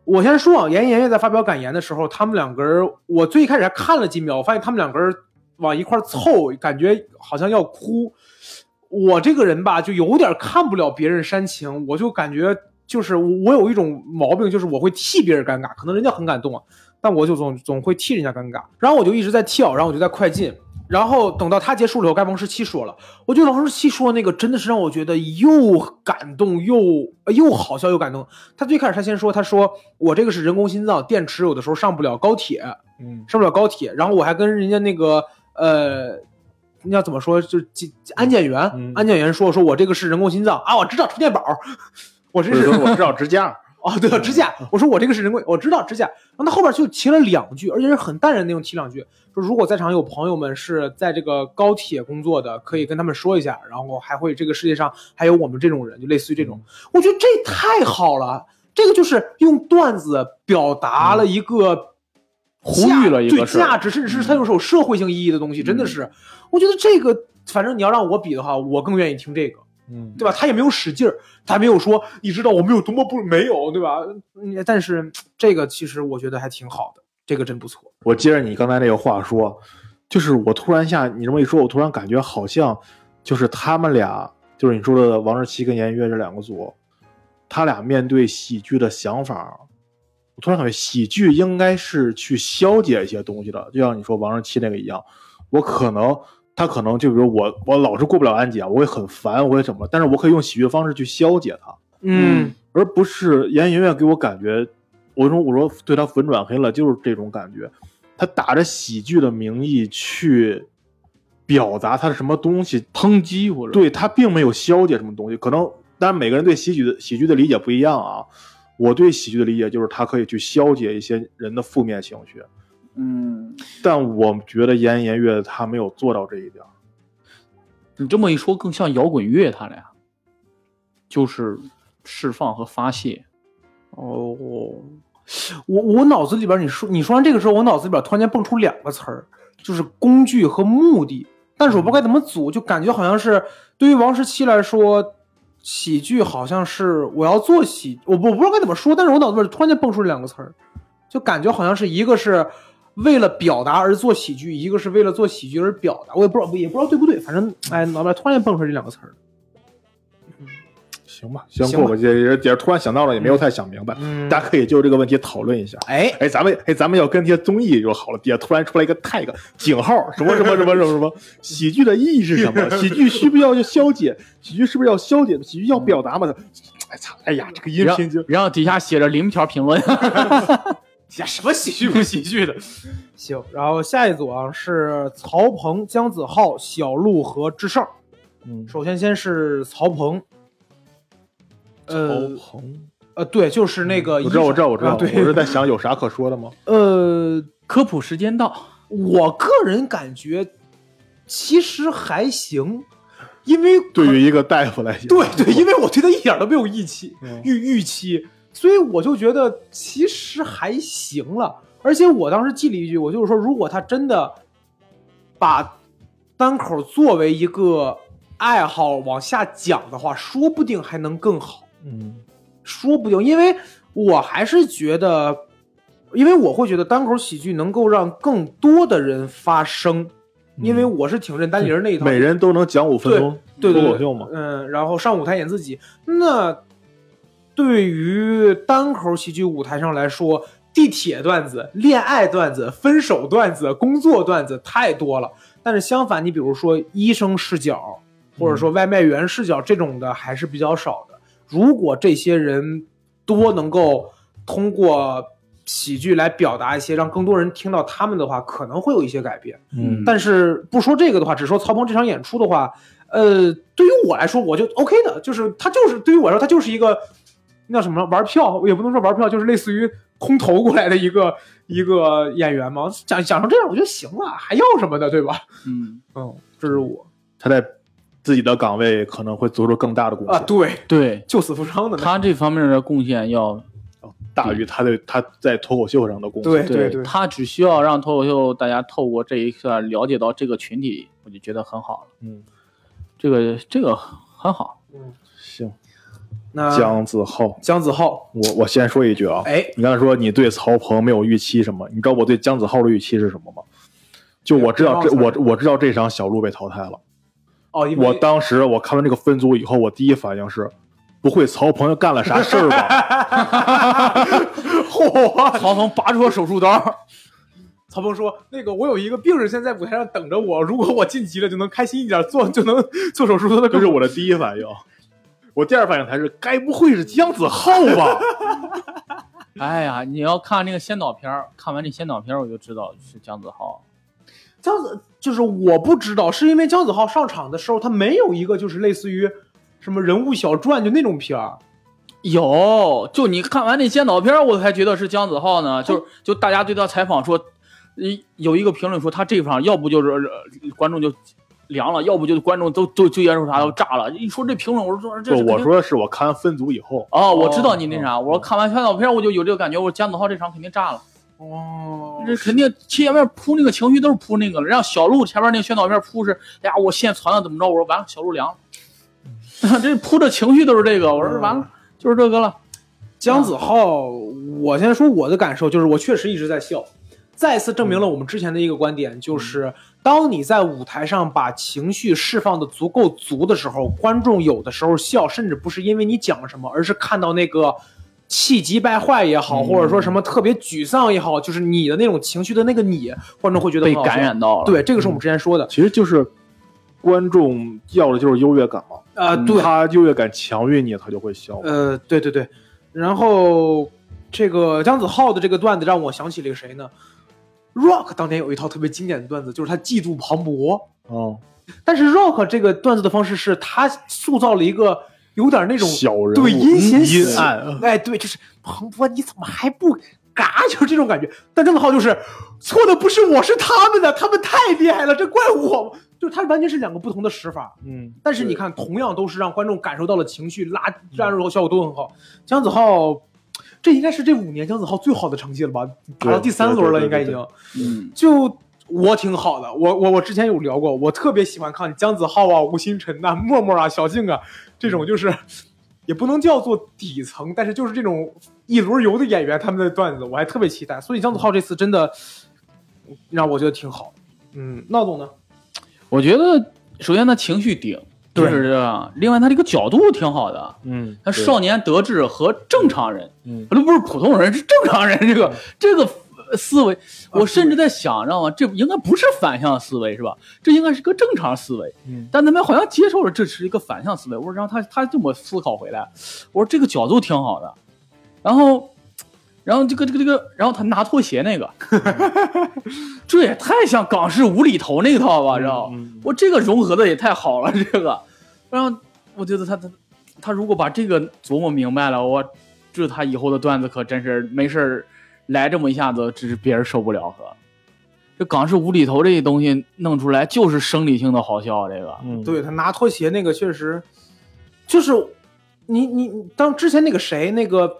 S2: 我先说啊，严颜悦在发表感言的时候，他们两个人，我最开始还看了几秒，我发现他们两个人往一块儿凑，感觉好像要哭。我这个人吧，就有点看不了别人煽情，我就感觉就是我我有一种毛病，就是我会替别人尴尬，可能人家很感动啊，但我就总总会替人家尴尬。然后我就一直在跳，然后我就在快进。然后等到他结束了以后，该王十七说了，我觉得王十七说那个真的是让我觉得又感动又呃又好笑又感动。他最开始他先说，他说我这个是人工心脏，电池有的时候上不了高铁，
S1: 嗯，
S2: 上不了高铁。然后我还跟人家那个呃，那叫怎么说，就是几安检员，
S1: 嗯
S2: 安检员说说我这个是人工心脏啊，我知道充电宝，
S1: 或
S2: 我真
S1: 者
S2: 是
S1: 说我知道支架，
S2: 哦，对，
S3: 嗯
S2: 支架。我说我这个是人工，我知道支架。然后他后边就提了两句，而且是很淡然的那种提两句，说如果在场有朋友们是在这个高铁工作的，可以跟他们说一下，然后还会这个世界上还有我们这种人，就类似于这种。
S3: 嗯
S2: 我觉得这太好了，这个就是用段子表达了一个价。
S3: 嗯呼吁了一个
S2: 对
S3: 事儿嗯
S2: 价值，甚至是它有有社会性意义的东西，真的是，我觉得这个，反正你要让我比的话，我更愿意听这个。
S1: 嗯，
S2: 对吧？他也没有使劲儿，他没有说你知道我们有多么不没有，对吧？嗯但是嘖这个其实我觉得还挺好的，这个真不错。
S1: 我接着你刚才那个话说，就是我突然一下你这么一说，我突然感觉好像就是他们俩，就是你说的王十七跟颜悦这两个组，他俩面对喜剧的想法，我突然感觉喜剧应该是去消解一些东西的，就像你说王十七那个一样，我可能。他可能就比如我，我老是过不了安检，我会很烦，我会什么，但是我可以用喜剧的方式去消解它。
S3: 嗯，
S1: 而不是颜莹莹给我感觉，我说我说对他粉转黑了，就是这种感觉。他打着喜剧的名义去表达他是什么东西，
S3: 抨击或者
S1: 对他并没有消解什么东西。可能当然每个人对喜剧的喜剧的理解不一样啊。我对喜剧的理解就是他可以去消解一些人的负面情绪，
S3: 嗯，
S1: 但我觉得颜颜悦他没有做到这一点。
S3: 你这么一说，更像摇滚乐，他俩就是释放和发泄。
S2: 哦，我我脑子里边你说你说完这个时候，我脑子里边突然间蹦出两个词儿，就是工具和目的，但是我不知道该怎么组，就感觉好像是对于王十七来说。喜剧好像是我要做喜，我不我不知道该怎么说，但是我脑子里边突然间蹦出两个词儿，就感觉好像是一个是为了表达而做喜剧，一个是为了做喜剧而表达，我也不知道也不知道对不对，反正哎，脑袋突然间蹦出这两个词儿。
S1: 行吧，行
S2: 行
S1: 过
S2: 吧
S1: 吧，也也也突然想到了，也没有太想明白。
S2: 嗯
S1: 大家可以就这个问题讨论一下。
S2: 哎，
S1: 哎，咱们哎，咱们要跟这些综艺就好了，别突然出来一个 tag 井号什么什么什么什么什么，喜剧的意义是什么？喜剧需不需要消解？喜剧是不是要消解？喜剧要表达吗？哎操！哎呀，这个音
S3: 然后
S1: 频就
S3: 然后底下写着零条评论，
S2: 呀，什么喜剧？
S3: 不喜剧的。
S2: 行，然后下一组啊是曹鹏、姜子浩、小鹿和智胜。
S1: 嗯，
S2: 首先先是曹鹏，呃
S1: 嗯鹏，
S2: 呃，对，就是那个医
S1: 嗯我
S2: 生，
S1: 知道，我知道，我知道，
S2: 啊
S1: 我是
S2: 对，
S1: 在想有啥可说的吗？
S2: 呃，
S3: 科普时间到，
S2: 我个人感觉其实还行，因为
S1: 对于一个大夫来讲，
S2: 啊 对对，因为我对他一点都没有预期
S1: 嗯
S2: 预预期，所以我就觉得其实还行了。而且我当时记了一句，我就是说，如果他真的把单口作为一个爱好往下讲的话，说不定还能更好。
S1: 嗯，
S2: 说不定，因为我还是觉得，因为我会觉得单口喜剧能够让更多的人发声，因为我是挺认单立人那一套，
S1: 每人都能讲五分钟
S2: 对
S1: 脱
S2: 对对
S1: 口秀嘛，
S2: 嗯，然后上舞台演自己。那对于单口喜剧舞台上来说，地铁段子、恋爱段子、分手段子、工作段子太多了。但是相反，你比如说医生视角，或者说外卖员视角这种的还是比较少的。如果这些人多能够通过喜剧来表达一些，让更多人听到他们的话，可能会有一些改变。
S1: 嗯
S2: 但是不说这个的话，只说曹鹏这场演出的话，呃，对于我来说我就 OK 的，就是他就是对于我来说，他就是一个那叫什么玩票，也不能说玩票，就是类似于空投过来的一个一个演员嘛，讲讲成这样我就行了，还要什么的，对吧？
S3: 嗯，
S2: 嗯，这是我
S1: 他在自己的岗位可能会做出更大的贡
S2: 啊，
S1: 献，
S2: 对，
S3: 对
S2: 救死扶伤的那
S3: 他这方面的贡献要
S1: 大于他对他在脱口秀上的贡献。
S2: 对对对，
S3: 他只需要让脱口秀大家透过这一刻了解到这个群体，我就觉得很好了。
S1: 嗯，
S3: 这个这个很好，
S1: 行，
S2: 那
S1: 姜子浩，
S2: 姜子浩，
S1: 我我先说一句啊，
S2: 啊哎，
S1: 你刚才说你对曹鹏没有预期什么，你知道我对姜子浩的预期是什么吗？就我知道这
S2: 对
S1: 我我知道这场小鹿被淘汰了。
S2: 哦，因为
S1: 我当时我看完这个分组以后，我第一反应是，不会曹鹏又干了啥事儿 吧？
S2: 嚯，
S3: 曹鹏拔出了手术刀，
S2: 曹鹏说：“那个，我有一个病人现在在舞台上等着我，如果我晋级了，就能开心一点，做就能做手术，做的
S1: 这
S2: 更
S1: 是
S2: 好。
S1: 我的第一反应。我第二反应才是，该不会是姜子浩 吧？
S3: 哎呀，你要看那个先导片儿，看完这先导片儿我就知道是姜子浩。
S2: 姜子就是我不知道，是因为姜子浩上场的时候，他没有一个就是类似于什么人物小传就那种片儿，
S3: 有，就你看完那先导片儿，我才觉得是姜子浩 呢。就是就大家对他采访说，一有一个评论说他这场要不就是、呃观众就凉了，要不就观众都都就接受啥都炸了。一说这评论，我说这
S1: 不，
S3: 是肯定
S1: 我说是我看完分组以后，
S3: 哦，我知道你那啥，我看完宣导片我就有这个感觉，我说姜子浩这场肯定炸了，
S2: 哦
S3: 这肯定前面铺那个情绪都是铺那个了，让小鹿前面那个宣导片铺是，哎呀，我线传了怎么着？我说完了，小鹿凉了， 这铺的情绪都是这个，我说完了，就是这个了，
S2: 姜子浩，我先说我的感受，就是我确实一直在笑，再次证明
S3: 嗯
S2: 了我们之前的一个观点，就是当你在舞台上把情绪释放的足够足的时候，观众有的时候笑，甚至不是因为你讲了什么，而是看到那个气急败坏也好，或者
S3: 嗯
S2: 说什么特别沮丧也好，就是你的那种情绪的那个你，观众会觉得
S3: 被
S2: 很好笑
S3: 感。染到
S1: 啊
S3: 了。，
S2: 对，这个
S1: 嗯
S2: 是我们之前说的，
S1: 其实就是观众要的就是优越感嘛。
S2: 呃，对，
S1: 他优越感强于你，他就会笑。
S2: 呃，对对对，然后这个姜子浩的这个段子让我想起了谁呢？Rock 当年有一套特别经典的段子，就是他嫉妒庞博，
S1: 嗯，
S2: 但是 Rock 这个段子的方式是他塑造了一个有点那种
S1: 小人物嗯
S2: 对阴险
S1: 阴
S2: 喜
S1: 暗，
S2: 哎，对，就是庞博，你怎么还不嘎？就是这种感觉。但郑子浩就是错的不是我，是他们的，他们太厉害了，这怪我。就是他完全是两个不同的使法。
S1: 嗯，
S2: 但是你看，同样都是让观众感受到了情绪，拉拉入效果都很好。姜子浩，这应该是这五年姜子浩最好的成绩了吧？打到第三轮
S1: 对对
S2: 了，
S1: 对
S2: 应该已
S1: 对
S2: 经
S3: 嗯，
S2: 就。我挺好的，我我我之前有聊过，我特别喜欢看姜子浩啊、吴星辰呐、默默啊、小静啊这
S1: 嗯
S2: 种，就是也不能叫做底层，但是就是这种一轮游的演员他们的段子，我还特别期待。所以姜子浩这次真的让我觉得挺好。嗯，闹总呢？
S3: 我觉得首先他情绪顶，就
S2: 对
S3: 是这样，另外他这个角度挺好的，
S1: 嗯，
S3: 他少年得志和正常人，
S1: 嗯，
S3: 都不是普通人，是正 常人。这个这个呃思
S1: 啊
S3: 维，我甚至在想，知道吗？这应该不是反向思维，是吧？这应该是个正常思维。
S1: 嗯，
S3: 但他们好像接受了这是一个反向思维。我说让他他这么思考回来，我说这个角度挺好的。然后，然后这个这个这个，然后他拿拖 鞋那个，这也太像港式无厘头那套吧？知
S2: 啊
S3: 道吗？
S1: 嗯
S3: 我这个融合的也太好了， 这个，然后我觉得他他他如果把这个琢磨明白了，我这他以后的段子可真是没事儿来这么一下子，只是别人受不了呵。这港式无厘头这东西弄出来就是生理性的好笑，啊这个，
S1: 嗯，
S2: 对他拿拖鞋那个确实，就是你你你当之前那个谁那个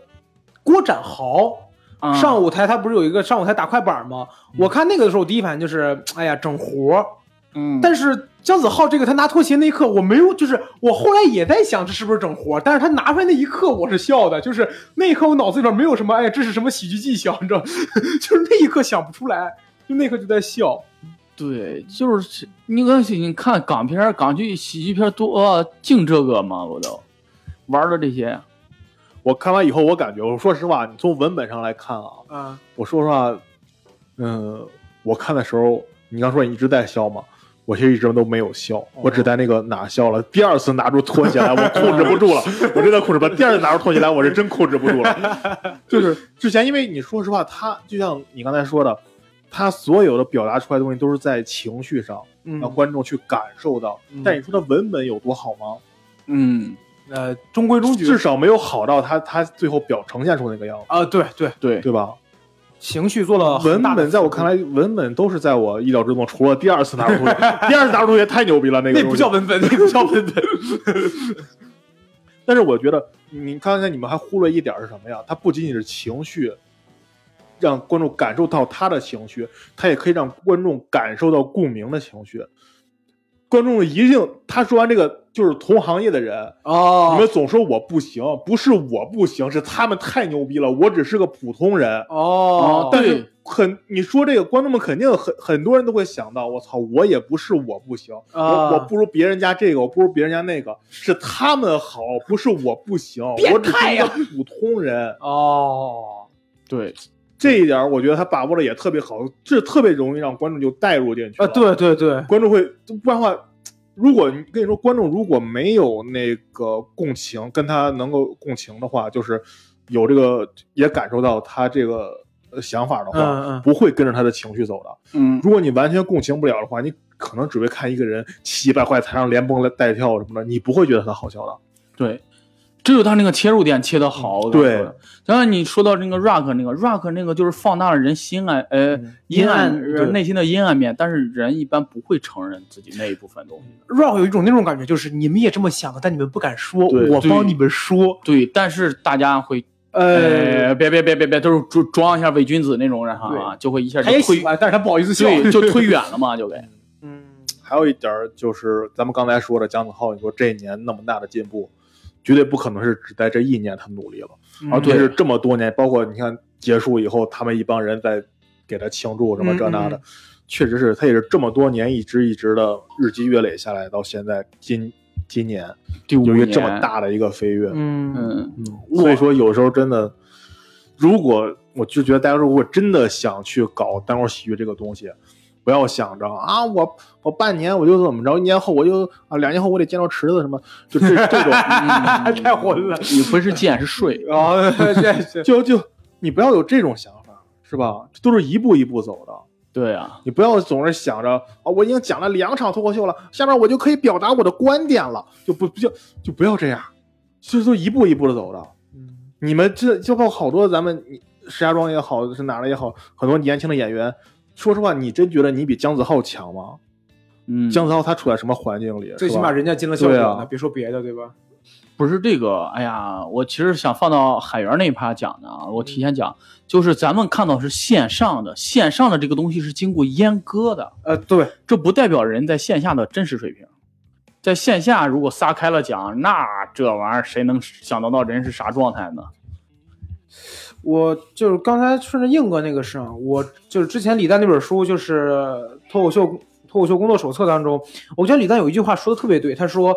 S2: 郭展豪
S3: 嗯、
S2: 上舞台，他不是有一个上舞台打快板吗？我看那个的时候，我第一反应就是哎呀整活儿。
S3: 嗯，
S2: 但是姜子浩这个他拿拖鞋那一刻，我没有，就是我后来也在想这是不是整活儿，但是他拿出来那一刻我是笑的，就是那一刻我脑子里边没有什么哎呀这是什么喜剧技巧，你知道， 就是那一刻想不出来，就那一刻就在笑。
S3: 对，就是你看你看港片儿、港剧、喜剧片儿多、啊净这个嘛，我都玩的这些，
S1: 我看完以后，我感觉，我说实话，你从文本上来看啊，
S2: 啊，
S1: 呃我说实话，嗯，我看的时候，你刚说你一直在笑嘛，我其实一直都没有笑，我只在那个哪笑了。第二次拿出拖鞋来，我控制不住 了，我真的控制不住。第二次拿出拖鞋来，我是真控制不住了。 就是之前，因为你说实话，他就像你刚才说的，他所有的表达出来的东西都是在情绪上，让
S2: 嗯，
S1: 观众去感受到。
S2: 嗯
S1: 但你说他文本有多好吗？
S3: 嗯，
S2: 呃，中规中矩
S1: 至少没有好到他他最后表呈现出那个样子，
S2: 啊，对对，
S3: 对，
S1: 对吧？
S2: 情绪做了很
S1: 文
S2: 大的
S1: 本在我看来，文本都是在我意料之中，除了第二次拿出 同学，第二次拿出同学太牛逼了，那个
S2: 那
S1: 东
S2: 不
S1: 西
S2: 叫。 文本，那不叫文本。
S1: 但是我觉得，你刚才你们还忽略一点是什么呀？它不仅仅是情绪，让观众感受到他的情绪，它也可以让观众感受到共鸣的情绪。观众一定，他说完这个，就是同行业的人，你
S2: 哦
S1: 们总说我不行，不是我不行，是他们太牛逼了，我只是个普通人。
S2: 哦，
S1: 但
S3: 对
S1: 是很，你说这个观众们肯定很很多人都会想到，我操，我也不是我不行，
S2: 啊
S1: 我我不如别人家这个，我不如别人家那个，是他们好，不是我不行，我只是一个普通人。
S2: 哦，
S3: 对，
S1: 这一点我觉得他把握的也特别好，这特别容易让观众就带入进去
S2: 啊，
S1: 了，
S2: 对对对，
S1: 观众会，不然的话。如果你跟你说观众如果没有那个共情，跟他能够共情的话，就是有这个也感受到他这个呃想法的话，
S2: 嗯嗯
S1: 不会跟着他的情绪走的。
S3: 嗯，
S1: 如果你完全共情不了的话，你可能只会看一个人气急败坏、台上连蹦带跳什么的，你不会觉得他好笑的。
S3: 对，只有他那个切入点切的好。我
S1: 对
S3: 觉得，刚才你说到那个 rock 那个 rock 那个就是放大了人心暗呃
S1: 嗯
S3: 阴
S2: 阴暗
S3: 暗人
S2: 对
S3: 内心的阴暗面，但是人一般不会承认自己那一部分东西。
S2: ，rock 有一种那种感觉，就是你们也这么想的，但你们不敢说，
S1: 对
S2: 我
S3: 对
S2: 帮你们说。
S3: 对，但是大家会
S2: 呃，
S3: 呃别别别别别，都是装装一下伪君子那种，然后啊就会一下
S2: 他
S3: 就
S2: 也
S3: 推
S2: 喜欢，但是他不好意思笑。
S3: 对就推远了嘛，就给
S2: 嗯，
S1: 还有一点儿就是咱们刚才说的姜子浩，你说这一年那么大的进步，绝对不可能是只在这一年他努力了，
S2: 嗯
S1: 而且
S3: 啊对
S1: 是这么多年，包括你看结束以后，他们一帮人在给他庆祝什么这那的，
S2: 嗯
S1: 确实是他也是这么多年一直一直的日积月累下来，到现在今今年
S3: 第五
S1: 有一个
S3: 年
S1: 这么，大的一个飞跃，
S2: 嗯
S3: 嗯，
S1: 所以说有时候真的，如果我就觉得大家如果真的想去搞单口喜剧这个东西，不要想着啊，我我半年我就怎么着，一年后我就啊两年后我得见到池子什么，就这这种
S3: 嗯
S2: 太混 了。
S3: 你不是见是睡，
S2: 然后这 这
S1: 就就你不要有这种想法，是吧？这都是一步一步走的。
S3: 对啊，
S1: 你不要总是想着啊，我已经讲了两场脱口秀了，下面我就可以表达我的观点了，就不不就就不要这样，就是都一步一步的走的。
S2: 嗯
S1: 你们这就包括好多咱们你石家庄也好，是哪儿的也好，很多年轻的演员，说实话，你真觉得你比姜子浩强吗？
S3: 嗯，
S1: 姜子浩他处在什么环境里？
S2: 最
S1: 是
S2: 起
S1: 吧
S2: 码人家进了校
S1: 对
S2: 长
S1: 啊
S2: 呢，别说别的，对吧？
S3: 不是这个，哎呀，我其实想放到海源那一趴讲的啊，我提前讲，就是咱们看到是线上的，线上的这个东西是经过阉割的，
S2: 呃，对，
S3: 这不代表人在线下的真实水平。在线下如果撒开了讲，那这玩意儿谁能想得到人是啥状态呢？
S2: 我就是刚才顺着硬哥那个事啊，我就是之前李诞那本书，就是《脱口秀脱口秀工作手册》当中，我觉得李诞有一句话说的特别对，他说，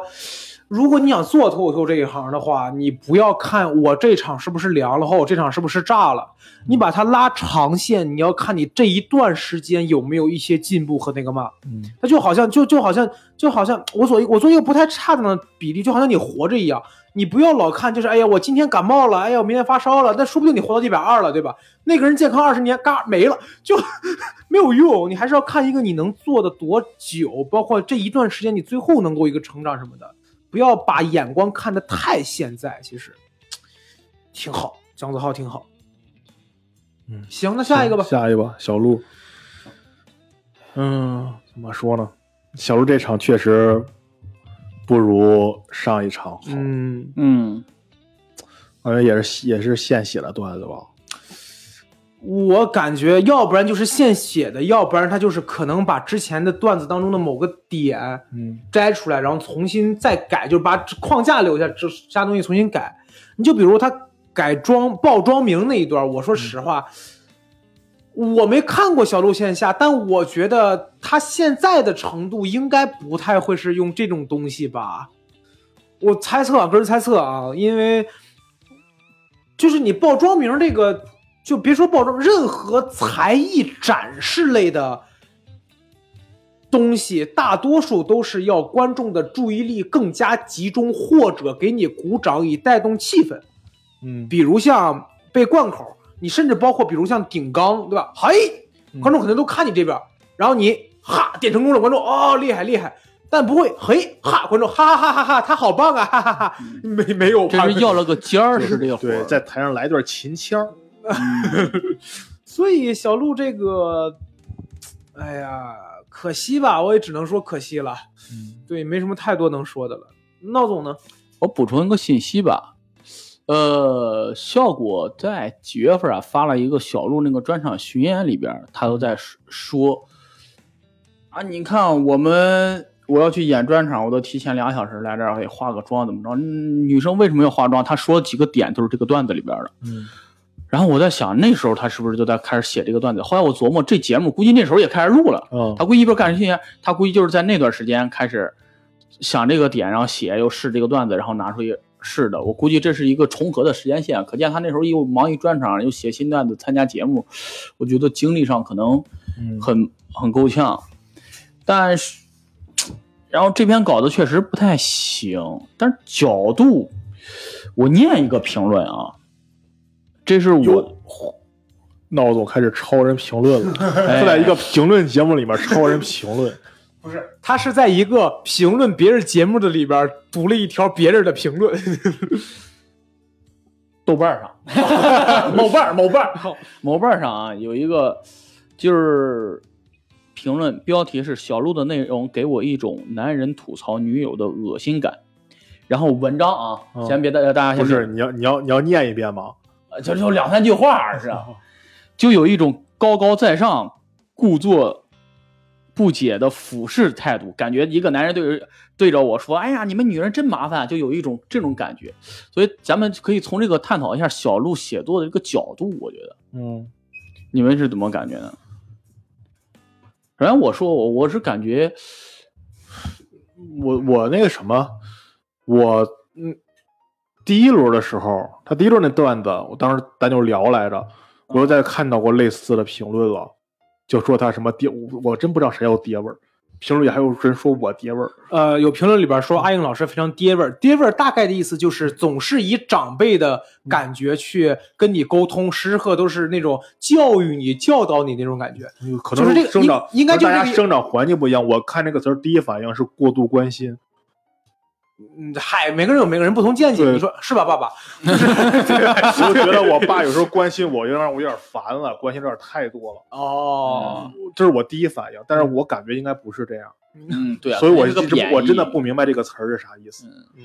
S2: 如果你想做脱口秀这一行的话，你不要看我这场是不是凉了，或我这场是不是炸了，你把它拉长线，你要看你这一段时间有没有一些进步和那个嘛。
S1: 嗯
S2: 他就好像就就好像就好像我做一我做一个不太恰当的比例，就好像你活着一样，你不要老看就是哎呀我今天感冒了，哎呀我明天发烧了，那说不定你活到一百二了，对吧？那个人健康二十年，嘎没了就 没有用，你还是要看一个你能做的多久，包括这一段时间你最后能够一个成长什么的，不要把眼光看得太现在，其实挺好，姜子浩挺好。
S1: 嗯
S2: 行，那下一个吧。
S1: 下一个吧，小鹿。嗯，怎么说呢？小鹿这场确实不如上一场好，
S2: 嗯，
S3: 嗯，
S1: 好像也是也是现写的段子吧。
S2: 我感觉，要不然就是现写的，要不然他就是可能把之前的段子当中的某个点
S1: 嗯，
S2: 摘出来，然后重新再改，就是把框架留下，这其他东西重新改。你就比如他改装报装名那一段，我说实话，我没看过小鹿线下，但我觉得他现在的程度应该不太会是用这种东西吧。我猜测啊，个人猜测啊，因为就是你报装名这个，就别说报装，任何才艺展示类的东西大多数都是要观众的注意力更加集中，或者给你鼓掌以带动气氛。
S1: 嗯，
S2: 比如像被贯口，你甚至包括比如像顶缸，对吧？嘿，
S1: 嗯
S2: 观众可能都看你这边，然后你哈点成功了，观众哦厉害厉害，但不会嘿哈观众哈哈哈哈哈他好棒啊哈 哈哈，没没有
S3: 这
S2: 吧
S3: 是要了个尖儿，是这个活
S1: 对，
S3: 儿。
S1: 在台上来段秦腔儿，
S2: 所以小鹿这个，哎呀，可惜吧，我也只能说可惜了。对，没什么太多能说的了。闹总呢？
S3: 我补充一个信息吧，呃，效果在几月份啊发了一个小鹿那个专场巡演里边儿，他都在说说啊，你看我们我要去演专场，我都提前俩小时来这儿，给化个妆怎么着、嗯女生为什么要化妆？他说几个点都是这个段子里边儿的。
S1: 嗯，
S3: 然后我在想，那时候他是不是就在开始写这个段子？后来我琢磨，这节目估计那时候也开始录了。
S1: 嗯
S3: 他估计一边干这些，他估计就是在那段时间开始想这个点，然后写又试这个段子，然后拿出去试的。我估计这是一个重合的时间线，可见他那时候又忙于专场，又写新段子，参加节目，我觉得精力上可能
S1: 嗯
S3: 很很够呛。但是，然后这篇稿子确实不太行，但是角度，我念一个评论啊，这是我
S1: 有闹总开始抄人评论 了，
S3: 哎
S1: 在一个评论节目里面抄人评 论，
S2: 不是，他是在一个评论别人节目的里边读了一条别人的评论。
S3: 豆瓣儿上。
S1: 某瓣儿某瓣儿，
S3: 某瓣上啊有一个就是评论标题是“小鹿的内容给我一种男人吐槽女友的恶心感”，然后文章啊，
S1: 嗯
S3: 先别大家大家
S1: 不
S3: 先
S1: 是你要你要你要念一遍吗？
S3: 别，就就两三句话是
S1: 哦
S3: 吧，就有一种高高在上、故作不解的俯视态度，感觉一个男人对着对着我说：“哎呀，你们女人真麻烦。”就有一种这种感觉，所以咱们可以从这个探讨一下小鹿写作的这个角度，我觉得。
S1: 嗯
S3: 你们是怎么感觉的？反正我说我我是感觉，
S1: 我我那个什么，我嗯，第一轮的时候，他第一轮那段子，我当时咱就聊来着，我又在看到过类似的评论了，就说他什么爹，我我真不知道谁叫爹味儿，评论里还有人说我爹味儿，
S2: 呃，有评论里边说阿英老师非常爹味儿，爹味儿大概的意思就是总是以长辈的感觉去跟你沟通，时时刻刻都是那种教育你、教导你那种感觉。
S1: 哎可
S2: 就是
S1: 能
S2: 这个
S1: 生长
S2: 应应该就是
S1: 大家
S2: 这个
S1: 生长环境不一样。我看这个词儿第一反应是过度关 心，
S2: 嗯，嗨，每个人有每个人不同见解，
S1: 对
S2: 你说是吧，爸爸？
S1: 我就觉得我爸有时候关心我，有点让我有点烦了，关心有点太多了，
S3: 呃
S2: 哦，
S1: 这是我第一反应。但是我感觉应该不是这样，
S3: 嗯，对
S1: 所以我
S3: 这
S1: 一
S3: 个
S1: 直
S3: 贬义
S1: 我真的不明白这个词儿是啥意思。
S2: 嗯，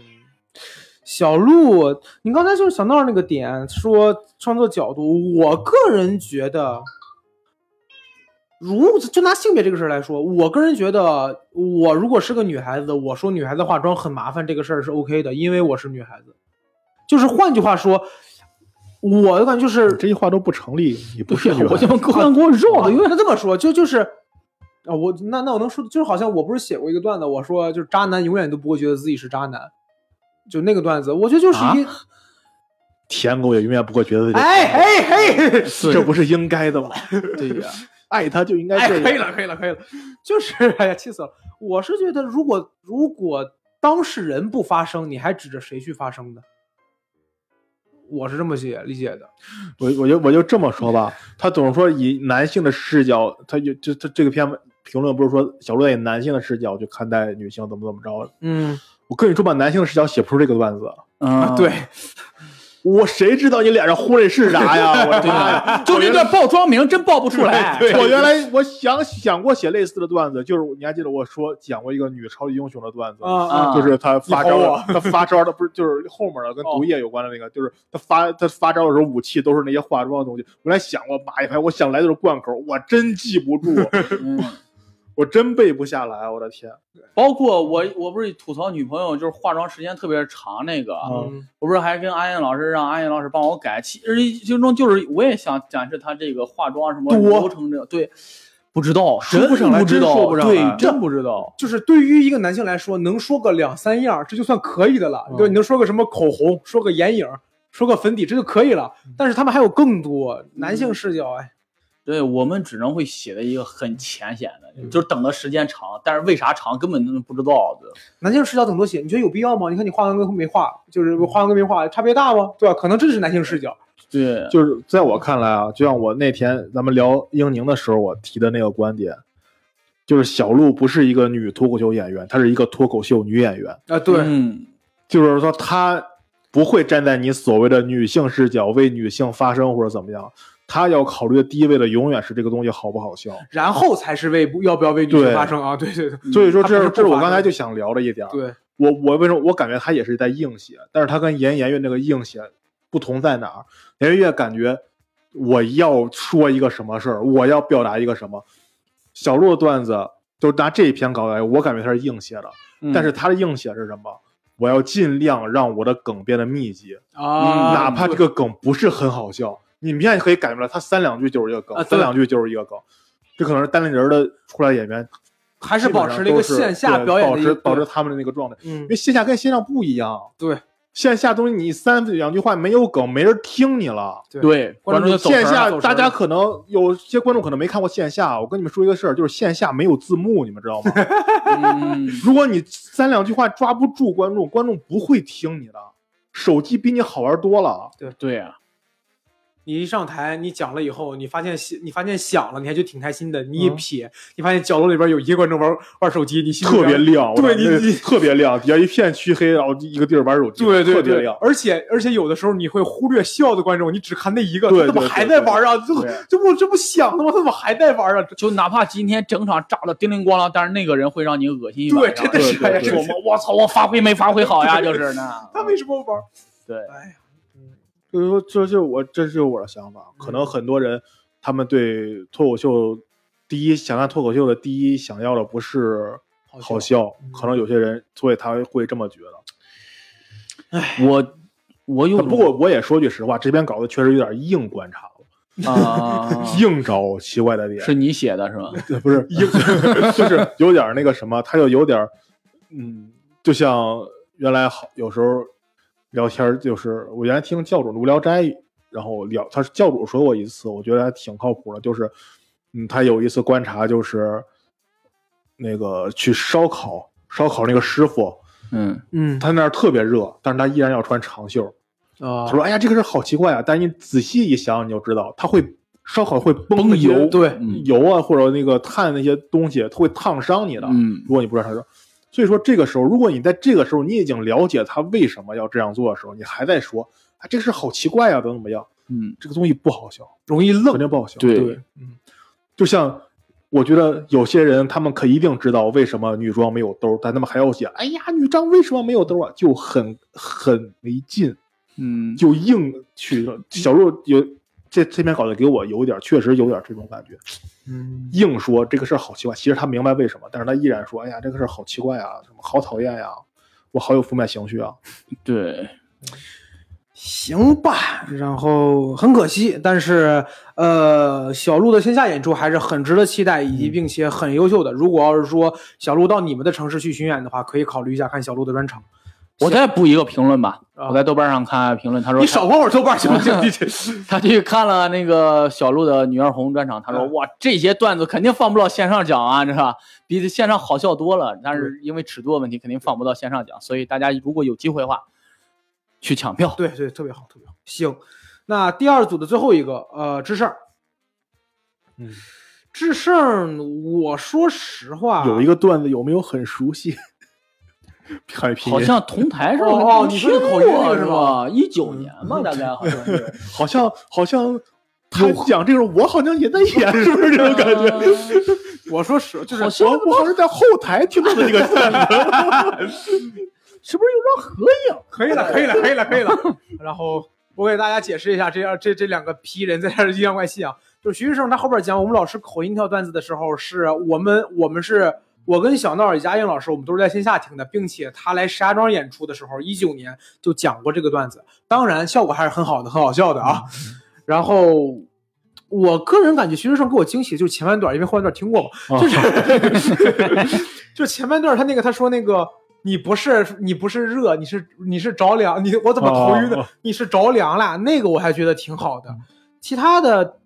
S2: 小鹿，你刚才就是想到那个点，说创作角度，我个人觉得，如就拿性别这个事儿来说，我个人觉得，我如果是个女孩子，我说女孩子化妆很麻烦这个事儿是 OK 的，因为我是女孩子。就是换句话说，我的感觉就是
S1: 这句话都不成立，你不
S3: 对
S1: 是
S3: 呀
S1: 女，
S3: 我
S1: 孩
S3: 这
S1: 子。
S3: 么给我给我绕的，因为
S2: 啊那这么说，就就是啊，我那那我能说，就是好像我不是写过一个段子，我说就是渣男永远都不会觉得自己是渣男，就那个段子，我觉得就是一，
S1: 舔狗也永远不会觉得自己
S2: 哎哎嘿，
S1: 这不是应该的吗？
S3: 对呀，
S1: 爱他就应该
S2: 哎，
S1: 这
S2: 可以
S1: 样。
S2: 了，可以了，可以了， 就是哎呀，气死了！我是觉得，如果如果当事人不发声，你还指着谁去发声呢？我是这么解理解的。
S1: 我我就我就这么说吧，他总是说以男性的视角，他就就他这个篇文评论不是说小鹿在以男性的视角去看待女性怎么怎么着？
S2: 嗯
S1: 我跟你说吧，男性的视角写不出这个段子。
S3: 嗯，
S2: 啊对，
S1: 我谁知道你脸上糊的是啥呀？我的
S3: 对啊哎
S1: 妈
S3: 呀
S1: 呀，！
S3: 就那段报妆名真报不出来，
S1: 对我原来我想想过写类似的段子，就是你还记得我说讲过一个女超级英雄的段子，
S2: 啊
S3: 啊
S1: 就是她发招
S2: 你吼
S1: 的
S2: 我，
S1: 她发招的不是就是后面的跟毒液有关的那个，就是她发她发招的时候武器都是那些化妆的东西。我原来想过马一拍，我想来的是贯口，我真记不住，
S3: 嗯
S1: 我真背不下来，我的天！
S3: 包括我我不是吐槽女朋友就是化妆时间特别长那个，
S2: 嗯
S3: 我不是还跟阿燕老师让阿燕老师帮我改，其实其中就是我也想展示她这个化妆什么
S1: 多
S3: 流程这对，不知道，
S1: 说不上来
S3: 真知
S1: 真说
S3: 道，
S1: 不上来
S3: 对，真不知道。
S2: 就是对于一个男性来说，能说个两三样儿，这就算可以的了。
S1: 嗯
S2: 对，你能说个什么口红，说
S1: 嗯
S2: 个眼影，说个粉底，这就可以了。但是他们还有更多男性视角，哎，
S3: 对我们只能会写的一个很浅显的，
S1: 嗯
S3: 就是等的时间长，但是为啥长根本不知道。对
S2: 南京市角怎么多写，你觉得有必要吗？你看你画完跟没画，就是
S1: 嗯
S2: 画完跟没画差别大吗？对吧、可能真是男性视角。
S3: 对，
S1: 就是在我看来啊，就像我那天咱们聊英宁的时候，我提的那个观点，就是小鹿不是一个女脱口秀演员，她是一个脱口秀女演员。
S2: 啊，对，
S3: 嗯，
S1: 就是说她不会站在你所谓的女性视角为女性发声或者怎么样，她要考虑的第一位的永远是这个东西好不好笑。
S2: 然后才是为不要不要为女性
S1: 对嗯
S2: 发声啊？对对对
S1: 所以说
S2: 她
S1: 这
S2: 不
S1: 是这
S2: 是
S1: 是
S2: 不
S1: 我
S2: 发
S1: 刚才
S2: 声
S1: 就想聊的一点儿。
S2: 对，
S1: 我我为什么我感觉他也是在硬写，但是他跟严颜悦那个硬写不同在哪儿？严颜悦感觉我要说一个什么事儿，我要表达一个什么。小鹿的段子就拿这一篇稿来，我感觉他是硬写的，
S3: 嗯
S1: 但是他的硬写是什么？我要尽量让我的梗变得密集，
S2: 啊，
S1: 嗯哪怕这
S2: 对
S1: 个梗不是很好笑，你明显可以感觉出来，他三两句就是一个梗，
S2: 啊对
S1: 三两句就是一个梗。这可能是单立人的出来演员，
S2: 还是保持了一个
S1: 基本上
S2: 线
S1: 都是
S2: 下
S1: 对
S2: 表演
S1: 保
S2: 的一
S1: 持
S2: 个
S1: 保持他们的那个状态。
S2: 嗯
S1: 因为线下跟线上不一样。
S2: 对，
S1: 线下东西你三两句话没有梗，没人听你了。
S3: 嗯对观
S2: 观
S3: 众就
S2: 众就
S3: 走
S2: 走
S3: 神
S1: 线
S3: 儿啊
S1: 下
S3: 了
S1: 大家可能有些观众可能没看过线下，我跟你们说一个事儿，就是线下没有字幕，你们知道 吗？
S3: 嗯
S1: 如果你三两句话抓不住观众，观众不会听你的。手机比你好玩多了，
S3: 对啊，
S2: 你一上台，你讲了以后，你发现你发现响了，你还就挺开心的。你一
S1: 嗯
S2: 瞥，你发现角落里边有一个观众玩玩手机，你心里
S1: 特
S2: 边
S1: 别亮，
S2: 对
S1: 我感觉
S2: 你你
S1: 特别亮，底下一片黢黑，然后一个地儿玩手机，
S2: 对对
S1: 特别
S2: 对
S1: 亮，。
S2: 而且而且有的时候你会忽略笑的观众，你只看那一个，
S1: 对
S2: 他怎么
S1: 对
S2: 还
S1: 对
S2: 在
S1: 对
S2: 玩啊？这不
S1: 对
S2: 这不这不响了吗？他怎么还在玩啊？
S3: 就哪怕今天整场炸的叮铃咣啷，但是那个人会让你恶心一晚上。
S2: 对真的是
S3: 对对
S1: 哎呀
S3: 对我们我操，我发挥没发挥好呀，就是呢。
S2: 他为什么玩？
S3: 对，
S2: 哎呀，嗯
S1: 所以说，这就是我，这就是我的想法。可能很多人他们对脱口秀，第一想看脱口秀的第一想要的不是
S2: 好
S1: 好
S2: 笑
S1: 笑，
S2: 嗯
S1: 可能有些人，所以他会这么觉得。
S3: 我我有
S1: 哎不过我也说句实话，这篇稿子确实有点硬观察了，
S3: 啊，
S1: 硬找奇怪的点，
S3: 是你写的是吧？
S1: 不是硬，就是有点那个什么，他就有点，嗯，就像原来好有时候聊天儿，就是我原来听教主的无聊斋，然后聊，他是教主说过一次，我觉得还挺靠谱的，就是，嗯，他有一次观察就是，那个去烧烤，烧烤那个师傅，
S3: 嗯
S2: 嗯
S1: 他那儿特别热，但是他依然要穿长袖。
S2: 啊
S1: 他说：“哎呀，这个事儿好奇怪啊！”但是你仔细一想，你就知道，它会烧烤会崩
S3: 崩
S1: 那些
S3: 油
S2: 对
S3: 嗯
S1: 油啊，或者那个碳那些东西，它会烫伤你的。
S3: 嗯
S1: 如果你不知道它是，所以说这个时候，如果你在这个时候你已经了解他为什么要这样做的时候，你还在说“啊，这个事儿好奇怪啊，怎么怎么样
S3: 嗯”，，
S1: 这个东西不好笑，
S2: 容易
S1: 肯
S2: 愣，
S1: 定不好笑。，
S3: 对，
S1: 就像。我觉得有些人他们可一定知道为什么女装没有兜，但他们还要写，哎呀，女装为什么没有兜啊？就很很没劲。
S3: 嗯，
S1: 就硬去了。小鹿有这这篇稿子给我有点，确实有点这种感觉，
S2: 嗯，
S1: 硬说这个事儿好奇怪。其实他明白为什么，但是他依然说：“哎呀，这个事儿好奇怪啊，什么好讨厌呀、我好有负面情绪啊。
S3: 对，
S2: 行吧，然后很可惜，但是呃，小鹿的线下演出还是很值得期待，以及并且很优秀的。如果要是说小鹿到你们的城市去巡演的话，可以考虑一下看小鹿的专场。
S3: 我再补一个评论吧，
S2: 啊
S3: 我在豆瓣上看评论，他说
S2: 你
S3: 他
S2: 少管我豆瓣行不行？你这
S3: 他去看了那个小鹿的《女儿红》专场，他说：“
S2: 嗯
S3: 哇，这些段子肯定放不到线上讲啊，这是吧比线上好笑多了。但
S2: 嗯
S3: 是因为尺度的问题，肯定放不到线上讲，所以大家如果有机会的话，去抢票。
S2: 对对，特别好，特别好。行，那第二组的最后一个，呃，智胜，
S1: 嗯，
S2: 智胜，我说实话，
S1: 啊有一个段子有没有很熟悉？ 汉语拼音
S3: 好像同台上
S2: 哦哦你
S3: 听
S2: 说是口音那
S3: 过
S2: 个
S3: 是
S2: 是嗯
S3: 吧？一九年吧，大概好像 是。
S1: 好像好像他讲这种，我好像也在演，是不是这种感觉？
S2: 我说实就是
S3: 好像
S1: 我我好像在后台听到的这个段子。
S3: 是不是有张合影？
S2: 可以了，可以了，可以了，可以了。然后我给大家解释一下，这样这这两个批人在这儿阴阳怪气啊。就是徐志胜他后边讲我们老师口音跳段子的时候，是我们我们是我跟小闹以及阿英老石，我们都是在线下听的，并且他来石家庄演出的时候，一九年就讲过这个段子，当然效果还是很好的，很好笑的啊。 然后我个人感觉徐志胜给我惊喜就是前半段，因为后半段听过嘛，就是 就前半段他那个他说那个你不是你不是热，你是你是着凉，你我怎么头晕的？
S1: 哦
S2: 你是着凉了，那个我还觉得挺好的，其他的。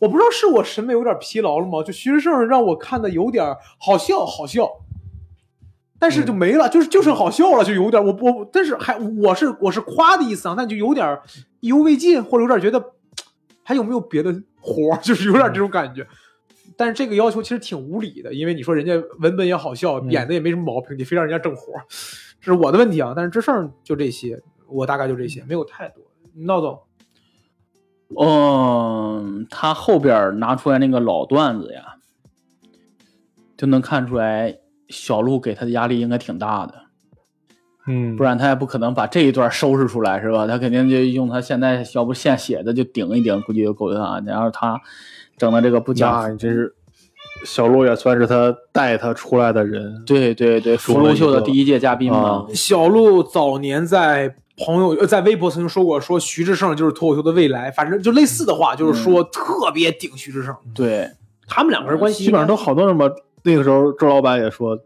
S2: 我不知道是我审美有点疲劳了吗？就徐志胜让我看的有点儿好笑，好笑，但是就没了，就是就剩好笑了，就有点儿我我，但是还我是我是夸的意思啊，但就有点儿意犹未尽，或者有点儿觉得还有没有别的活儿， 就是有点儿这种感觉。但是这个要求其实挺无理的，因为你说人家文本也好笑，
S3: 嗯
S2: 演的也没什么毛病，你非让人家挣活儿，这是我的问题啊。但是这事儿就这些，我大概就这些，没有太多。闹总，
S3: 嗯，他后边儿拿出来那个老段子呀，就能看出来小鹿给他的压力应该挺大的，
S1: 嗯
S3: 不然他也不可能把这一段收拾出来，是吧？他肯定就用他现在要不现写的就顶一顶，估计就够呛。然后他整的这个不
S1: 那
S3: 讲，
S1: 你真是小鹿也算是他带他出来的人，
S3: 对对对，福
S1: 中了
S3: 禄
S1: 一
S3: 秀的
S1: 个
S3: 第一届嘉宾嘛
S1: 啊，
S2: 嗯小鹿早年在朋友呃在微博曾经说过，说徐志胜就是脱口秀的未来，反正就类似的话，就是说特别顶徐志胜，
S3: 对。
S2: 他们两个人关系
S1: 基本上都好多人吧。那个时候周老板也说，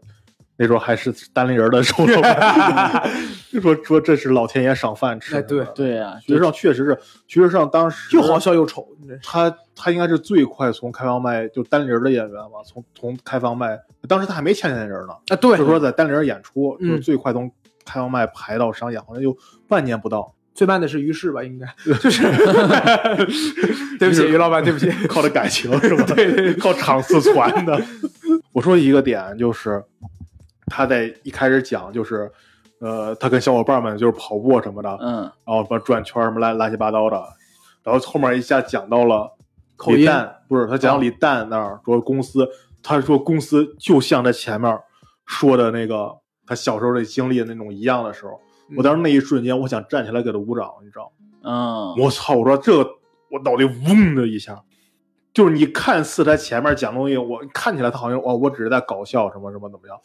S1: 那时候还是单立人的 周老板，就说说这是老天爷赏饭吃。
S2: 哎对，
S3: 对啊呀、
S1: 徐志胜确实是，徐志胜当时
S2: 又好笑又丑，你这
S1: 他他应该是最快从开放麦就单立人的演员嘛，从从开放麦，当时他还没签单立人呢，
S2: 啊对，
S1: 就说在单立人演出，
S2: 嗯
S1: 就是最快从开放麦排到商演，好像就半年不 到，
S2: 最慢的是于适吧，应该就是对不起于老板，对不起，
S1: 靠着感情是吧？对对，靠场次传的。 我说一个点就是，他在一开始讲就是，呃，他跟小伙伴们就是跑步什么的，
S3: 嗯，
S1: 然后什么转圈儿什么乱乱七八糟的，然后后面一下讲到了
S2: 口
S1: 李
S2: 音
S1: 诞，不是他讲到李诞那儿说公司，他说公司就像这前面说的那个他小时候的经历的那种一样的时候，我当时那一瞬间我想站起来给他鼓掌，你知道吗？
S3: 嗯，
S1: 我操！我说这个，我脑袋嗡的一下，就是你看似他前面讲东西，我看起来他好像哦，我只是在搞笑什么什么怎么样。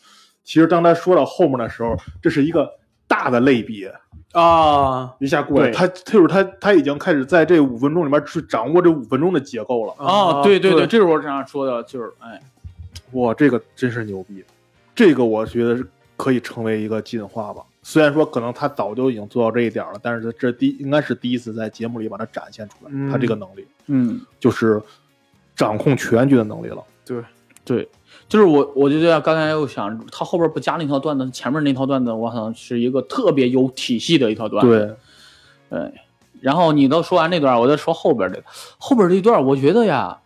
S1: 其实当他说到后面的时候，这是一个大的类比，
S2: 啊
S1: 一下过来，
S3: 对
S1: 他他就是他他已经开始在这五分钟里面去掌握这五分钟的结构
S2: 啊
S1: 了。
S3: 哦，对对对，，这是我这样说的，就是哎，
S1: 哇，这个真是牛逼，这个我觉得是可以成为一个进化吧。虽然说可能他早就已经做到这一点了，但是这第应该是第一次在节目里把它展现出来，
S2: 嗯
S1: 他这个能力
S3: 嗯，
S1: 就是掌控全局的能力了。
S3: 对，就是我，我就要刚才又想，他后边不加那条段子，前面那条段子，我想是一个特别有体系的一条段子。
S1: 对，
S3: 然后你都说完那段，我再说后边这个，后边这一段，我觉得呀，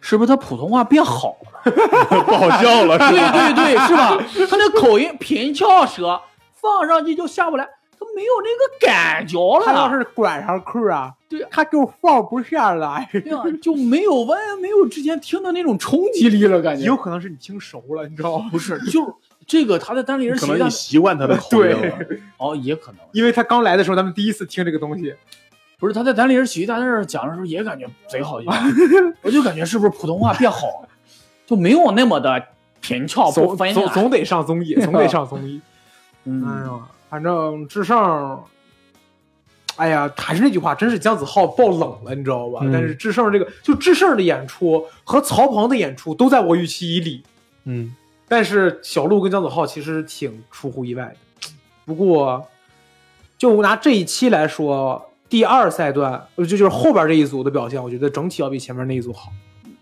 S3: 是不是他普通话变好了？
S1: 不好笑了，
S3: 对对对，是吧？他那口音平翘舌，放上去就下不来，他没有那个感觉
S2: 他要
S3: 了，
S2: 是拐上扣啊，
S3: 对呀
S2: 他就放不下哎来，
S3: 对呀，就没有完全没有之前听的那种冲击力了，感觉
S2: 有可能是你听熟了，你知道吗？
S3: 不是，就是这个他在单立人
S1: 可
S3: 写
S1: 能
S3: 的
S1: 你习惯他的口音了。
S3: 哦，也可能。
S2: 因为他刚来的时候，咱们第一次听这个东西，
S3: 不是他在咱里人喜剧大战上讲的时候也感觉贼好 笑，我就感觉是不是普通话变好了，就没有那么的贫俏不
S2: 总
S3: 分
S2: 总
S3: 了。
S2: 总得上 综艺，总得上综艺。哎
S3: 嗯，
S2: 呀，反正智胜，哎呀，还是那句话，真是姜子浩爆冷了，你知道吧？
S1: 嗯
S2: 但是智胜这个，就智胜的演出和曹鹏的演出都在我预期以里，
S1: 嗯，
S2: 但是小鹿跟姜子浩其实挺出乎意外的。不过，就拿这一期来说，第二赛段，呃就就是后边这一组的表现，我觉得整体要比前面那一组好，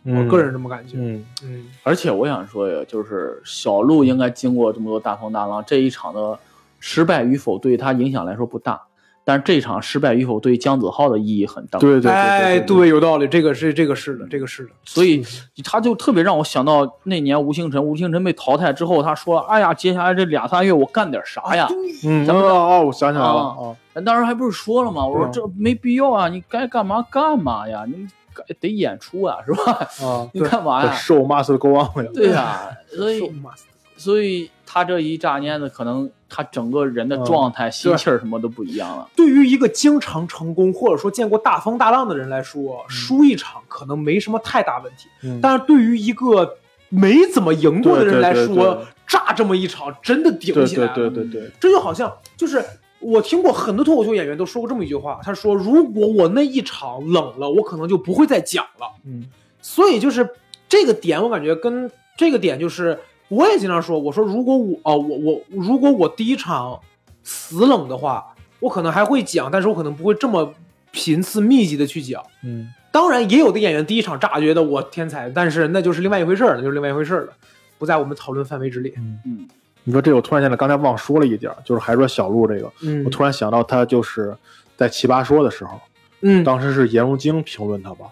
S2: 我个人这么感觉。
S1: 嗯，
S2: 嗯，
S3: 而且我想说呀，就是小鹿应该经过这么多大风大浪，这一场的失败与否对他影响来说不大，但是这场失败与否对姜子浩的意义很大。，
S1: 对对对，
S2: 哎，，对，有道理，这个是这个是的，这个是的。
S3: 所以他就特别让我想到那年吴星辰，吴星辰被淘汰之后，他说：“哎呀，接下来这俩仨月我干点啥
S2: 啊
S3: 呀？”
S2: 哎
S1: 嗯，
S3: 咱
S1: 哦
S3: 们
S1: 哦，我想起来了，
S3: 啊
S1: 哦
S3: 咱当时还不是说了吗？我说
S1: 对
S3: 这没必要啊，你该干嘛干嘛呀，你该得演出啊， 是吧？
S2: 啊
S3: 你干嘛呀？
S1: 受 must go on 呀，
S3: 对呀、所
S2: 受
S3: 以
S2: 骂
S3: 所以他这一炸蔫子，可能他整个人的状态、心气儿什么都不一样了。
S2: 对于一个经常成功或者说见过大风大浪的人来说，输一场可能没什么太大问题，
S1: 嗯
S2: 但是对于一个没怎么赢过的人来
S1: 对对对
S2: 说
S1: 对，
S2: 炸这么一场真的顶
S1: 对
S2: 起来
S1: 对
S2: 了。
S1: 对对对，
S2: 这就好像就是我听过很多脱口秀演员都说过这么一句话，他说如果我那一场冷了，我可能就不会再讲了。
S1: 嗯，
S2: 所以就是这个点，我感觉跟这个点就是，我也经常说，我说如果我啊、我我如果我第一场死冷的话，我可能还会讲，但是我可能不会这么频次密集的去讲。
S1: 嗯，
S2: 当然，也有的演员第一场乍觉得我天才，但是那就是另外一回事儿，那就是另外一回事儿了，不在我们讨论范围之列。
S3: 嗯
S1: 你说这，我突然想到，刚才忘说了一点儿，就是还说小鹿这个，
S2: 嗯
S1: 我突然想到他就是在奇葩说的时候，
S2: 嗯，
S1: 当时是颜如晶评论他吧，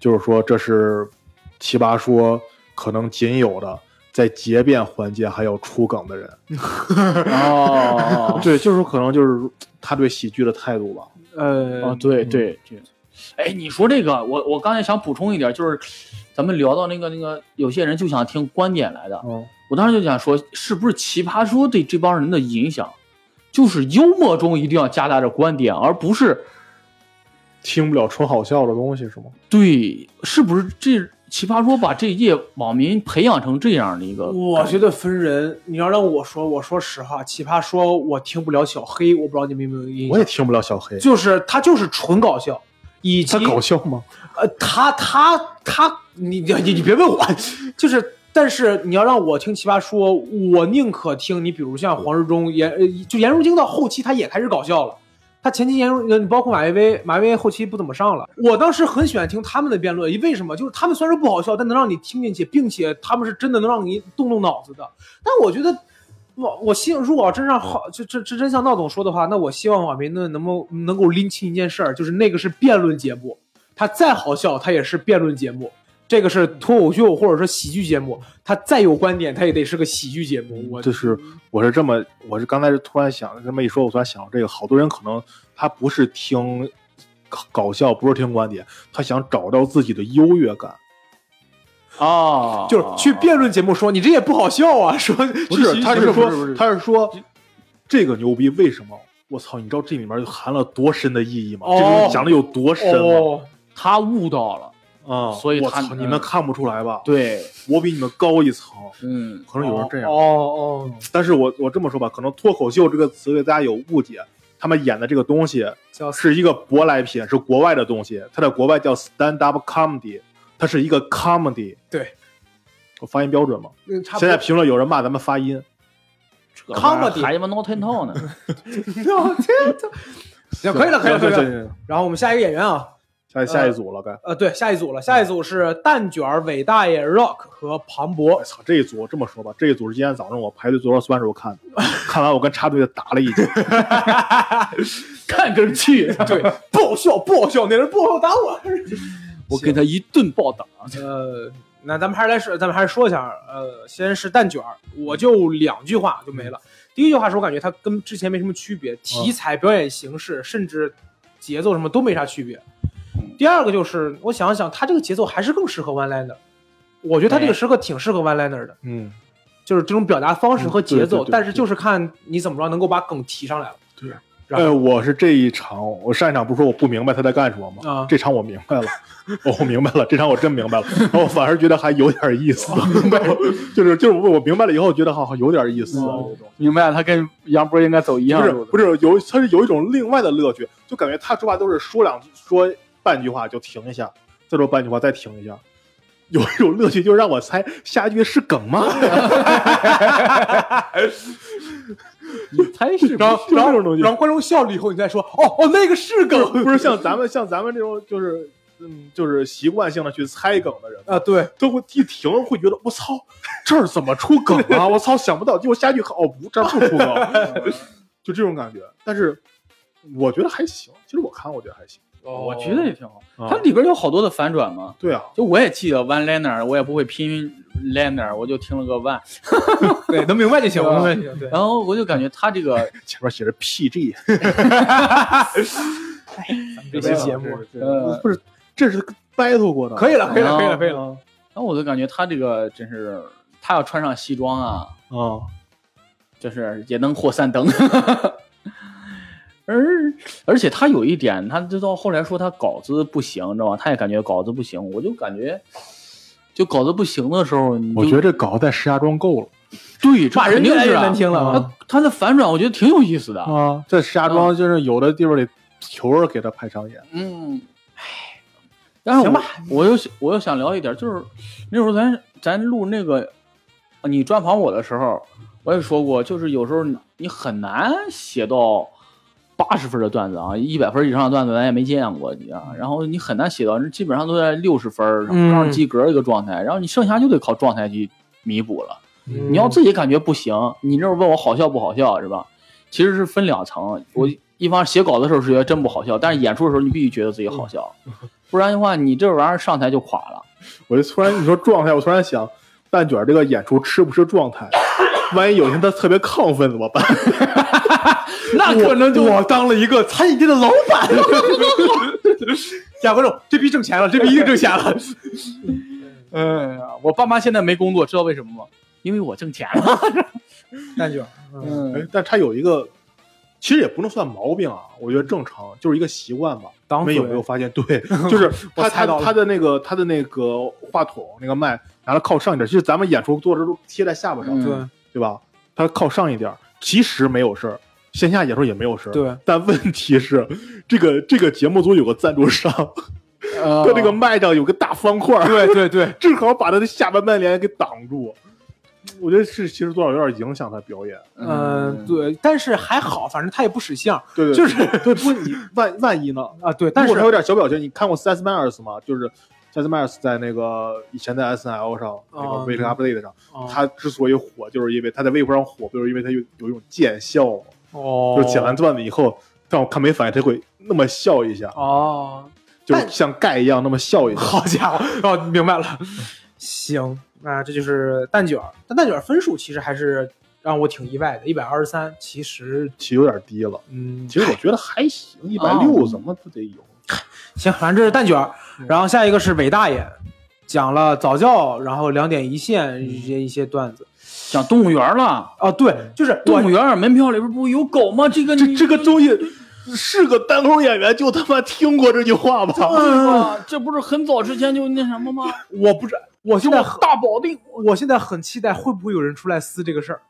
S1: 就是说这是奇葩说可能仅有的在结辩环节还有出梗的人。
S3: 哦，
S1: 对，就是可能就是他对喜剧的态度吧。
S2: 呃，
S3: 哦， 对对对。哎，你说这个，我我刚才想补充一点，就是咱们聊到那个那个，有些人就想听观点来的。
S2: 哦
S1: 嗯，
S3: 我当时就想说，是不是《奇葩说》对这帮人的影响，就是幽默中一定要夹杂着观点，而不是
S1: 听不了纯好笑的东西是吗？
S3: 对，是不是这《奇葩说》把这一届网民培养成这样的一个？
S2: 我觉得分人，你要让我说，我说实话，奇葩说我听不了小黑，我不知道你们有没有印
S1: 我也
S2: 象，
S1: 听不了小黑，
S2: 就是他就是纯搞笑，以及
S1: 他搞笑吗？
S2: 呃，他他他，你你你别问我， 就是，但是你要让我听奇葩说，我宁可听你，比如像黄志忠、颜，呃就颜如晶到后期他也开始搞笑了。他前期颜如，呃包括马薇薇，马薇薇后期不怎么上了。我当时很喜欢听他们的辩论，因为什么？就是他们虽然说不好笑，但能让你听进去，并且他们是真的能让你动动脑子的。但我觉得，我我希如果要真让好，就这这真像闹总说的话，那我希望网民们能够能够拎清一件事儿，就是那个是辩论节目，它再好笑，它也是辩论节目。这个是脱口秀或者说喜剧节目，它再有观点，它也得是个喜剧节目。我
S1: 就是我是这么，我是刚才是突然想这么一说，我突然想到这个，好多人可能他不是听搞笑，不是听观点，他想找到自己的优越感。
S3: 哦，
S2: 就是去辩论节目说你这也不好笑啊，说
S1: 不是，他
S2: 是
S1: 是
S2: 说
S1: 说，
S2: 不是
S1: 他是说这个牛逼，为什么？我操，你知道这里面含了多深的意义吗？
S2: 哦
S1: 这东西讲的有多深吗？
S2: 哦，
S3: 他悟到了，
S1: 啊、
S3: 所以
S1: 我
S3: 他
S1: 操，
S3: 嗯
S1: 你们看不出来吧？
S3: 对，
S1: 我比你们高一层，
S3: 嗯，
S1: 可能有人这样。
S2: 哦哦，
S1: 但是我我这么说吧，可能脱口秀这个词对大家有误解，他们演的这个东西
S2: 叫
S1: 是一个舶来品，是国外的东西，它在国外叫 stand up comedy，它是一个 comedy。
S2: 对，
S1: 我发音标准吗？
S2: 嗯差不
S1: 现在
S2: 多。
S1: 评论有人骂咱们发音，
S3: 这个玩意儿
S2: Comedy
S3: 还他妈 not in town 呢。
S2: 行，可以了，可以了，可以
S1: 行行行
S2: 了。
S1: 行
S2: 哦然后我们下一个演员啊，
S1: 下下一组了，该。
S2: 呃，对，下一组了，下一组是蛋卷儿、伟大爷、Rock 和庞博
S1: 我。操，这一组这么说吧，这一组是今天早上我排队坐到三时候看的，看完我跟插队的打了一架。
S3: 看根去，
S2: 对，不好笑，不好笑，那人不好笑，打我。
S3: 我给他一顿暴打。
S2: 呃，那咱们还是来说，咱们还是说一下，呃，先是蛋卷儿，我就两句话就没了。第一句话是我感觉它跟之前没什么区别，题
S1: 嗯
S2: 材、表演形式，甚至节奏什么都没啥区别。
S1: 嗯
S2: 第二个就是我想了想，他这个节奏还是更适合 one liner，我觉得他
S1: 哎
S2: 这个
S3: 对
S2: 时刻挺适合 one liner 的，
S1: 嗯，
S2: 就是这种表达方式和节
S1: 嗯
S2: 奏，
S1: 对对对
S2: 但是就是看你怎么着能够把梗提上来了。然后
S1: 呃，我是这一场，我上一场不是说我不明白他在干什么吗？
S2: 啊
S1: 这场我明白了，我明白了，这场我真明白了，然后我反而觉得还有点意
S2: 哦
S1: 思，明白 就是就是我明白了以后觉得好像有点意思，啊
S3: 哦
S1: 这种
S3: 明白，他跟杨波应该走一
S1: 不
S3: 样
S1: 是
S3: 路的。
S1: 不是有他是有一种另外的乐趣，就感觉他说话都是说两句，说半句话就停一下，再说半句话再停一下。有一种乐趣，就是让我猜下一句是梗吗？
S3: 你猜是不
S2: 然
S3: 是？
S2: 后，然
S1: 这
S2: 后
S1: 种东，西
S2: 然后观众笑了以后，你再说，哦哦，那个是梗，
S1: 不是像咱们像咱们这种就是嗯就是习惯性的去猜梗的人
S2: 啊，对，
S1: 都会一停会觉得我操，这儿怎么出梗啊？我操，想不到，结果下一句哦不，这儿不出 梗，就这种感觉。但是我觉得还行，其实我看我觉得还行。
S3: 哦我觉得也挺好。
S2: 哦
S1: 啊
S3: 它里边有好多的反转嘛。
S1: 对啊，
S3: 就我也记得 one liner，我也不会拼 liner，我就听了个 one，
S2: 对，能明白就行，啊
S3: 能
S2: 能
S3: 明白
S2: 明白就行，对。
S3: 然后我就感觉他这 个
S1: 前面写着 PG，
S2: 这些节目
S1: 是是
S3: 呃
S1: 不是这是 battle 过的，啊
S2: 可以了，可以了，
S3: 哦
S2: 可以了，可以了。
S3: 然后我就感觉他这个真是，他要穿上西装啊，
S1: 啊。
S3: 就是也能获三等。 而而且他有一点，他就到后来说他稿子不行，你知道吗？他也感觉稿子不行，我就感觉，就稿子不行的时候，你就
S1: 我觉得这稿在石家庄够了
S3: 对，这
S2: 骂人
S3: 肯定
S2: 越来
S3: 是
S2: 越
S3: 啊
S2: 难听了
S3: 他他的反转，我觉得挺有意思的。
S1: 啊，在石家庄就是有的地方得求着给他排场演。
S3: 嗯，唉，但是
S2: 行
S3: 我
S2: 吧
S3: 我又想我又想聊一点，就是那时候咱咱录那个呃你专访我的时候，我也说过，就是有时候你你很难写到。八十分的段子啊，一百分以上的段子咱也没见过啊。然后你很难写到，基本上都在六十分儿，然后
S2: 嗯
S3: 杠及格一个状态，然后你剩下就得靠状态去弥补了。
S1: 嗯
S2: 你
S3: 你要自己感觉不行，你这问我好笑不好笑是吧？其实是分两层，我一方写稿子的时候是觉得真不好笑，但是演出的时候你必须觉得自己好笑， 不然的话你这玩意儿上台就垮了。
S1: 我就突然你说状态，我突然想，蛋卷这个演出吃不吃状态？万一有一天他特别亢奋怎么办？
S3: 那可能就
S1: 我我当了一个餐饮店的老板，
S2: 贾观众，这逼挣钱了，这逼一定挣 钱了。
S3: 哎呀，我爸妈现在没工作，知道为什么吗？ 因为我挣钱了。
S2: 那就，嗯，
S1: 哎
S3: 嗯，
S1: 但他有一个，其实也不能算毛病啊，我觉得正常，就是一个习惯吧。
S2: 当
S1: 没有
S2: 嘴
S1: 没有发现， 对，就是
S2: 我
S1: 他
S2: 猜
S1: 他
S2: 到了
S1: 他的那个他的那个话筒那个麦拿的靠上一点，就是咱们演出坐着都贴在下巴上，
S3: 嗯
S2: 对
S1: 对吧？他靠上一点，其实没有事儿，线下演出也没有事儿。，
S2: 对，
S1: 但问题是，这个这个节目组有个赞助商，
S3: 呃
S1: 他这个麦上有个大方块儿，
S2: 对对对，
S1: 正好把他的下半半脸给挡住。我觉得是其实多少有点影响他表演。
S2: 嗯，对，但是还好，反正他也不使相
S1: 对对，
S2: 就是
S1: 对，不过 你万万一呢？
S2: 啊。对，但
S1: 如
S2: 是
S1: 果他有点小表情，你看过 Seth Meyers 吗？就是 Seth Meyers 在那个以前在 S N L 上那
S2: 啊
S1: 个 Wake Up Late 上，
S2: 哦
S1: 他之所以火，就是因为他在微博上火，不就是因为他有有一种贱笑嘛？
S2: 哦，
S1: 就是讲完段子以后，但我看没反应，他会那么笑一下，
S2: 哦，
S1: 就是像盖一样那么笑一下。
S2: 好家伙，哦，明白
S1: 嗯
S2: 了。行，那这就是蛋卷儿，但蛋卷儿分数其实还是让我挺意外的，一百二十三，其实
S1: 其实有点低了，
S2: 嗯，
S1: 其实我觉得还行，一
S2: 哦
S1: 百六怎么不得有？
S2: 行，反正这是蛋卷儿，
S1: 嗯
S2: 然后下一个是韦大爷，讲了早教，然后两点一
S1: 嗯
S2: 线一些一些段子。
S3: 讲动物园了，
S2: 哦，对，
S1: 嗯
S2: 就是我
S3: 动物园门票里边不有狗吗？这个
S1: 这
S3: 你
S1: 这个东西是个单口演员就他妈听过这句话吧？
S3: 啊，这不是很早之前就那什么吗？
S2: 我不是，我现在很
S3: 大保定，
S2: 我现在很期待会不会有人出来撕这个事儿。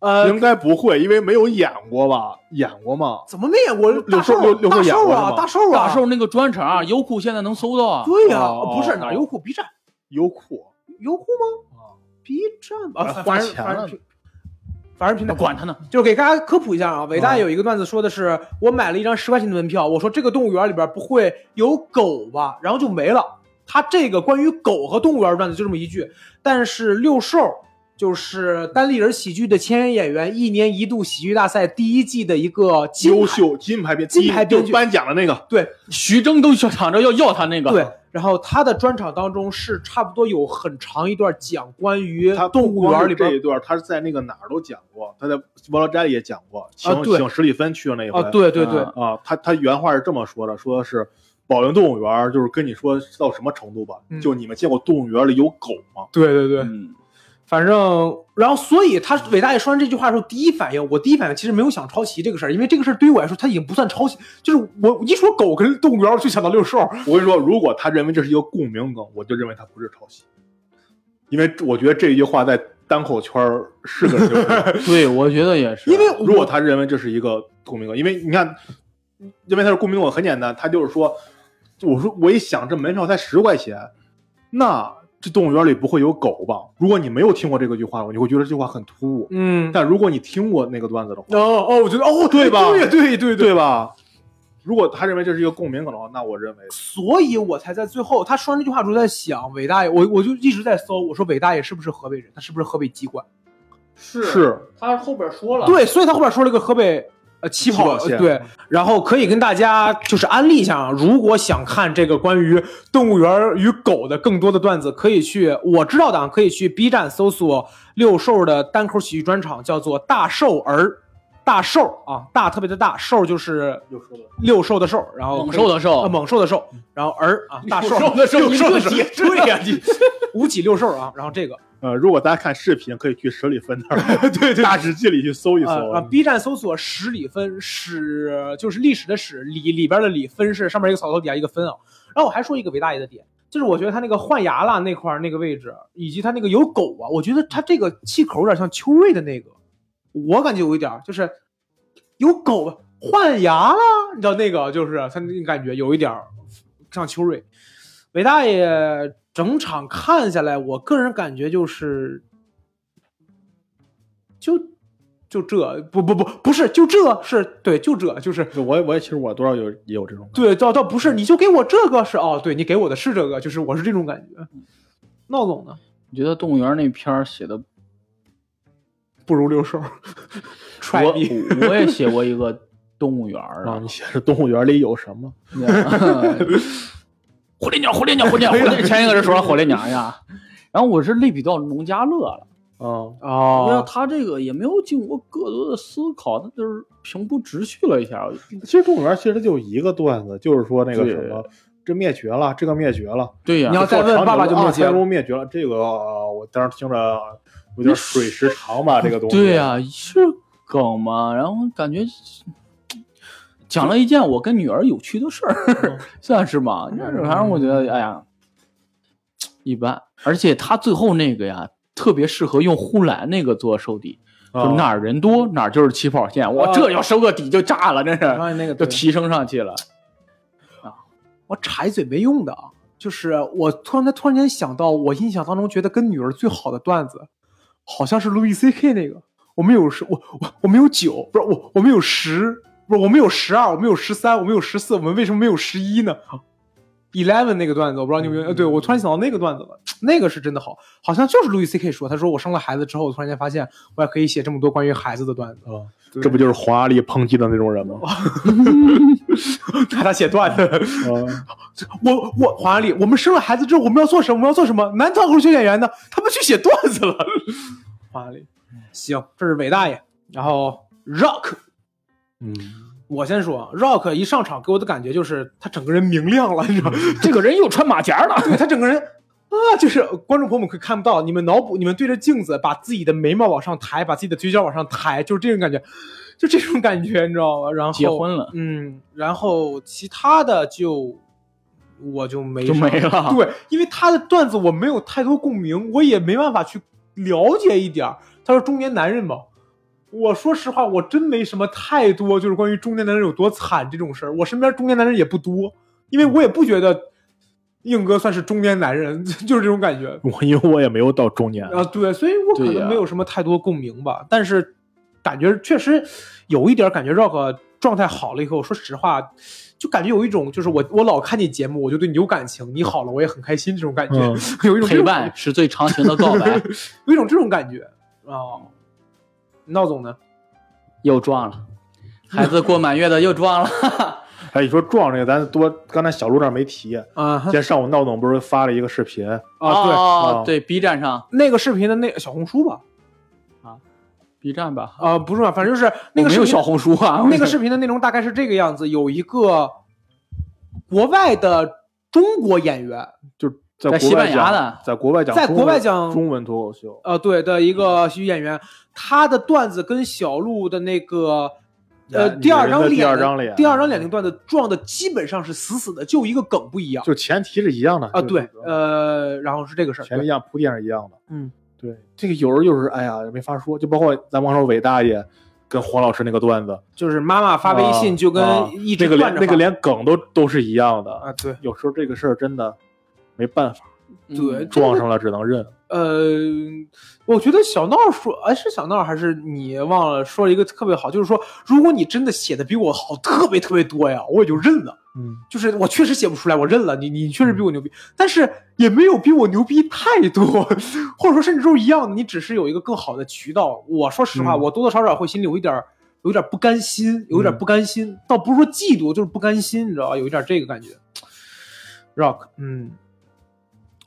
S2: 呃，
S1: 应该不会，因为没有演过吧？演过吗？
S2: 怎么没演过？
S1: 六
S2: 大
S1: 兽六
S2: 兽，
S1: 六兽
S2: 大
S1: 演
S2: 兽
S1: 过
S2: 啊，
S1: 是吗
S2: 大兽啊，
S3: 大寿那个专场啊，优酷现在能搜到啊。
S2: 对呀、
S1: 哦
S2: 不是
S1: 哦
S2: 哪
S1: 哦
S2: 儿优酷 B 站
S1: 优酷
S2: 优酷吗？B 站吧，
S1: 哎
S2: 反
S1: 花
S2: 正
S1: 钱
S2: 反正
S1: 了
S2: 平反正平台
S3: 我管他呢，
S2: 就是给大家科普一下啊，伟大
S1: 嗯
S2: 有一个段子说的是，我买了一张十块钱的门票，我说这个动物园里边不会有狗吧，然后就没了。他这个关于狗和动物园的段子就这么一句，但是六兽就是单立人喜剧的签约演员，一年一度喜剧大赛第一季的一个金
S1: 优
S2: 牌
S1: 秀金牌编
S2: 金牌编
S1: 就
S2: 剧
S1: 是颁奖的那个，
S2: 对
S3: 徐峥都想想着要要他那个。
S2: 对，然后他的专场当中是差不多有很长一段讲关于
S1: 他
S2: 呃动物园
S1: 不光是这
S2: 里边
S1: 一段，他是在那个哪儿都讲过，他在《王老斋》里也讲过，请、
S2: 啊对
S1: 请史蒂芬去的那一回
S2: 啊，对对对，
S3: 嗯
S1: 啊他他原话是这么说的，说是保定动物园就是跟你说到什么程度吧，
S2: 嗯
S1: 就你们见过动物园里有狗吗？
S2: 对对对，
S3: 嗯，
S2: 反正，然后，所以他伟大爷说完这句话的时候，第一反应，我第一反应其实没有想抄袭这个事儿，因为这个事儿对于我来说，它已经不算抄袭，就是我一说狗跟动物园，我就想到六兽。
S1: 我跟你说，如果他认为这是一个共鸣梗，我就认为他不是抄袭，因为我觉得这一句话在单口圈儿是个流行
S3: 对，我觉得也是。
S2: 因为我
S1: 如果他认为这是一个共鸣梗，因为你看，认为他是共鸣梗很简单，他就是说，我说我一想这门票才十块钱，那这动物园里不会有狗吧？如果你没有听过这个句话，你会觉得这句话很突兀。
S2: 嗯，
S1: 但如果你听过那个段子的话，
S2: 哦哦，我觉得哦，
S1: 对吧
S2: 对对对对，
S1: 对吧？如果他认为这是一个共鸣梗的话，那我认为
S2: 所以我才在最后他说完这句话之后在想，伟大爷，我我就一直在搜，我说伟大爷是不是河北人？他是不是河北籍贯？
S3: 是
S1: 是
S3: 他后边说了，
S2: 对，所以他后面说了一个河北呃起
S1: 起
S2: 跑
S1: 跑线
S2: 对，然后可以跟大家就是安利一下啊，如果想看这个关于动物园儿与狗的更多的段子，可以去我知道的啊，可以去 B 站搜索六兽的单口喜剧专场，叫做大兽儿。大兽啊，大特别的大，兽就是
S1: 又说的
S2: 六兽的兽，然后
S3: 猛兽的兽嗯
S2: 啊，猛兽的兽，然后儿啊，大兽
S3: 兽的兽
S2: 六兽的
S3: 你这
S2: 兽，
S3: 解释
S2: 对呀，你五脊六兽啊，然后这个
S1: 呃，如果大家看视频，可以去十里分那 儿对对大史记里去搜嗯一搜。
S2: 啊啊！B 站搜索“史里芬”，史就是历史的史，里里边的里，芬是上面一个草头底下一个芬啊。然后我还说一个韦大爷的点，就是我觉得他那个换牙啦那块儿那个位置，以及他那个有狗啊，我觉得他这个气口有点像秋瑞的那个，我感觉有一点儿就是有狗啊换牙啦，你知道那个就是他那个感觉有一点儿像秋瑞。韦大爷整场看下来，我个人感觉就是就就这不不不不是就这是对就这就是
S1: 就我也我也其实我多少有也有这种感觉，
S2: 对倒倒不是你就给我这个是哦对你给我的是这个就是我是这种感觉。闹总呢
S3: 你觉得动物园那篇儿写的，
S2: 不如 六兽，
S3: 我
S2: 踹逼
S3: 我我也写过一个动物园儿
S1: 啊，
S3: 啊
S1: 你，写是动物园里有什么？
S2: 嗯
S3: 你知道吗火烈鸟，火烈鸟，火烈鸟，火 烈鸟前一个人说了火烈鸟哎呀，然后我是类比到农家乐了。
S1: 啊，
S3: 那
S2: 哦，
S3: 他这个也没有经过过多的思考，他就是平铺直叙了一下。
S1: 其实动物园其实它就一个段子，就是说那个
S3: 对
S1: 什么，这灭绝了，这个灭绝了，啊
S3: 对呀、
S2: 你要再问爸爸就
S3: 啊
S1: 没
S2: 没接了
S1: 灭绝了。这个呃我当时听着有点水时长吧，这个东西。
S3: 对呀、啊是梗嘛？然后感觉讲了一件我跟女儿有趣的事
S2: 嗯
S3: 儿， 算是吧。那反正我觉得，哎呀，一般。而且他最后那个呀，特别适合用呼兰那个做收底，
S1: 啊，
S2: 哦
S3: 就哪儿人多哪儿就是起跑线。我
S2: 啊
S3: 这要收个底就炸了，真
S2: 然
S3: 是
S2: 后那个
S3: 就
S2: 哦对
S3: 提升上去了。
S2: 我插一嘴没用的啊，就是我突然间突然间想到，我印象当中觉得跟女儿最好的段子，好像是 Louis C K 那个，我们有十，我我我们有九，不是我我们有十，不是我们有十二，我们有十三，我们有十四，我们为什么没有十一呢？Eleven 那个段子，我不知道你有没有，呃对我突然想到那个段子了，那个是真的好，好像就是 Louis C K 说，他说我生了孩子之后，我突然间发现我也可以写这么多关于孩子的段子，
S1: 啊，
S2: 对
S1: 这不就是黄阿丽抨击的那种人 吗？
S2: 他他写段子。
S1: 啊，
S2: 我我华丽，我们生了孩子之后我们要做什么？我们要做什么？男脱口秀演员呢？他们去写段子了。华丽，
S3: 嗯
S2: 行，这是伟大爷。然后 Rock，
S1: 嗯，
S2: 我先说，Rock 啊一上场给我的感觉就是他整个人明亮了，你知道吗？
S3: 这个人又穿马甲了。
S2: 对他整个人啊，就是观众朋友们可以看不到，你们脑补，你们对着镜子把自己的眉毛往上抬，把自己的嘴角往上抬，就是这种感觉，就这种感觉，你知道吗？然后
S3: 结婚了
S2: 嗯，然后其他的就我就没
S3: 就
S2: 啥
S3: 没了
S2: 对，因为他的段子我没有太多共鸣，我也没办法去了解一点儿。他说中年男人嘛。我说实话，我真没什么太多，就是关于中年男人有多惨这种事儿。我身边中年男人也不多，因为我也不觉得硬哥算是中年男人， 就是这种感觉
S1: 我 因为我也没有到中年，
S2: 啊。对，所以我可
S3: 对呀
S2: 能没有什么太多共鸣吧，但是感觉确实有一点感觉 Rock 状态好了以后，说实话，就感觉有一种就是我我老看你节目，我就对你有感情，你好了我也很开心这种感觉，
S1: 嗯
S2: 有一种这
S3: 陪
S2: 种
S3: 伴，是最长情的告白，
S2: 有一种这种感觉啊。闹总呢？
S3: 又撞了，孩子过满月的又撞了，
S1: 哎，你说撞这个，咱多刚才小鹿那儿没提，
S2: 啊
S1: 今天上午闹总不是发了一个视频，
S2: 啊，对，
S3: 哦
S1: 啊
S3: 对，B 站上
S2: 那个视频的那个小红书吧，
S3: ，B 站吧，
S2: 啊，不重要，反正就是
S3: 我
S2: 那个
S3: 没
S2: 视
S3: 有
S2: 频
S3: 小红书啊，
S2: 那个视频的内容大概是这个样子：有一个国外的中国演员，
S1: 就是在
S3: 在
S1: 国
S3: 西
S1: 外
S3: 班牙
S1: 讲
S3: 的
S1: 在国外讲
S2: 在
S1: 中
S2: 国外
S1: 文
S2: 讲
S1: 中文脱口秀，
S2: 呃，对的一
S1: 嗯
S2: 个喜剧演员，他的段子跟小鹿的那个。呃，
S1: 演
S2: 第二张
S1: 人的第二
S2: 脸的，
S1: 张脸啊
S2: 第二张脸那个段子撞的基本上是死死的，就一个梗不一样
S1: 就前提是一样的就
S2: 啊。
S1: 是
S2: 对，呃，然后是这个事儿，
S1: 前提一
S2: 对
S1: 样，铺垫是一样的。
S2: 嗯，
S1: 对，这个有时候就是哎呀没法说，就包括咱们说伟大爷跟黄老师那个段子，
S2: 就是妈妈发微信就跟
S1: 啊
S2: 一直
S1: 那个连
S2: 断着
S1: 那个
S2: 发
S1: 连梗都都是一样的。
S2: 啊，对
S1: 有时候这个事儿真的没办法，
S3: 嗯
S2: 对，
S1: 撞上了只能认。
S2: 呃，我觉得小闹说，哎，是小闹还是你忘了说了一个特别好，就是说，如果你真的写的比我好特别特别多呀，我也就认了。
S1: 嗯，
S2: 就是我确实写不出来，我认了，你你确实比我牛逼，但是也没有比我牛逼太多， 或者说甚至都是一样的，你只是有一个更好的渠道。我说实话，
S1: 嗯
S2: 我多多少少会心里有一点儿有一点儿不甘心，有一点儿不甘心，倒不是说嫉妒，就是不甘心，你知道吧？有一点儿这个感觉。Rock，嗯，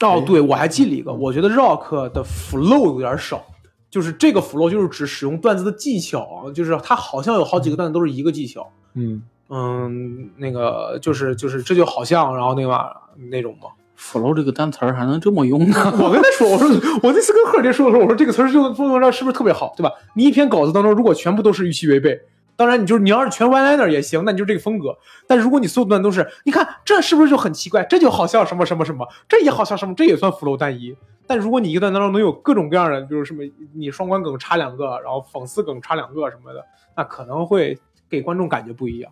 S2: 哦
S1: 哎，
S2: 对，我还记了一个，我觉得 Rock 的 flow 有点少，就是这个 flow 就是指使用段子的技巧啊，就是它好像有好几个段子都是一个技巧，
S1: 嗯，
S2: 嗯，那个就是就是这就好像，然后那玩意儿那种嘛。
S3: ，flow 这个单词儿还能这么用 呢？
S2: 我跟他说，我说我那次跟贺姐说的时候，我说这个词儿就用用这是不是特别好，对吧？你一篇稿子当中如果全部都是预期违背，当然你就是你要是全 one liner 也行，那你就这个风格。但如果你所有段都是，你看这是不是就很奇怪？这就好像什么什么什么，这也好像什么，这也算 flow 单一。但如果你一个段当中能有各种各样的，比如什么你双关梗插两个，然后讽刺梗插两个什么的，那可能会给观众感觉不一样。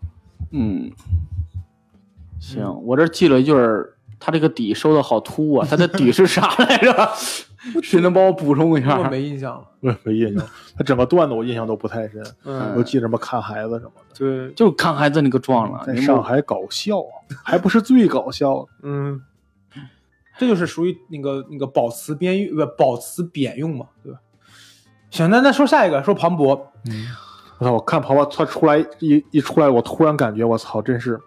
S3: 嗯，行，我这记了一句儿他这个底收的好突啊，他的底是啥来 着？谁能帮我补充一下
S2: 我？没印象了。
S1: 我也 没印象，他整个段子我印象都不太深，
S2: 嗯
S1: 我记得什么看孩子什么的，
S2: 对，
S3: 就是看孩子那个状了，
S1: 在
S3: 你
S1: 上海搞笑啊，还不是最搞笑的，
S2: 嗯，这就是属于那个那个褒词边用，不褒词贬用嘛，对吧？行，那那说下一个，说庞博，
S1: 哎我操！我看跑跑他出来一一出来，我突然感觉我操，真是，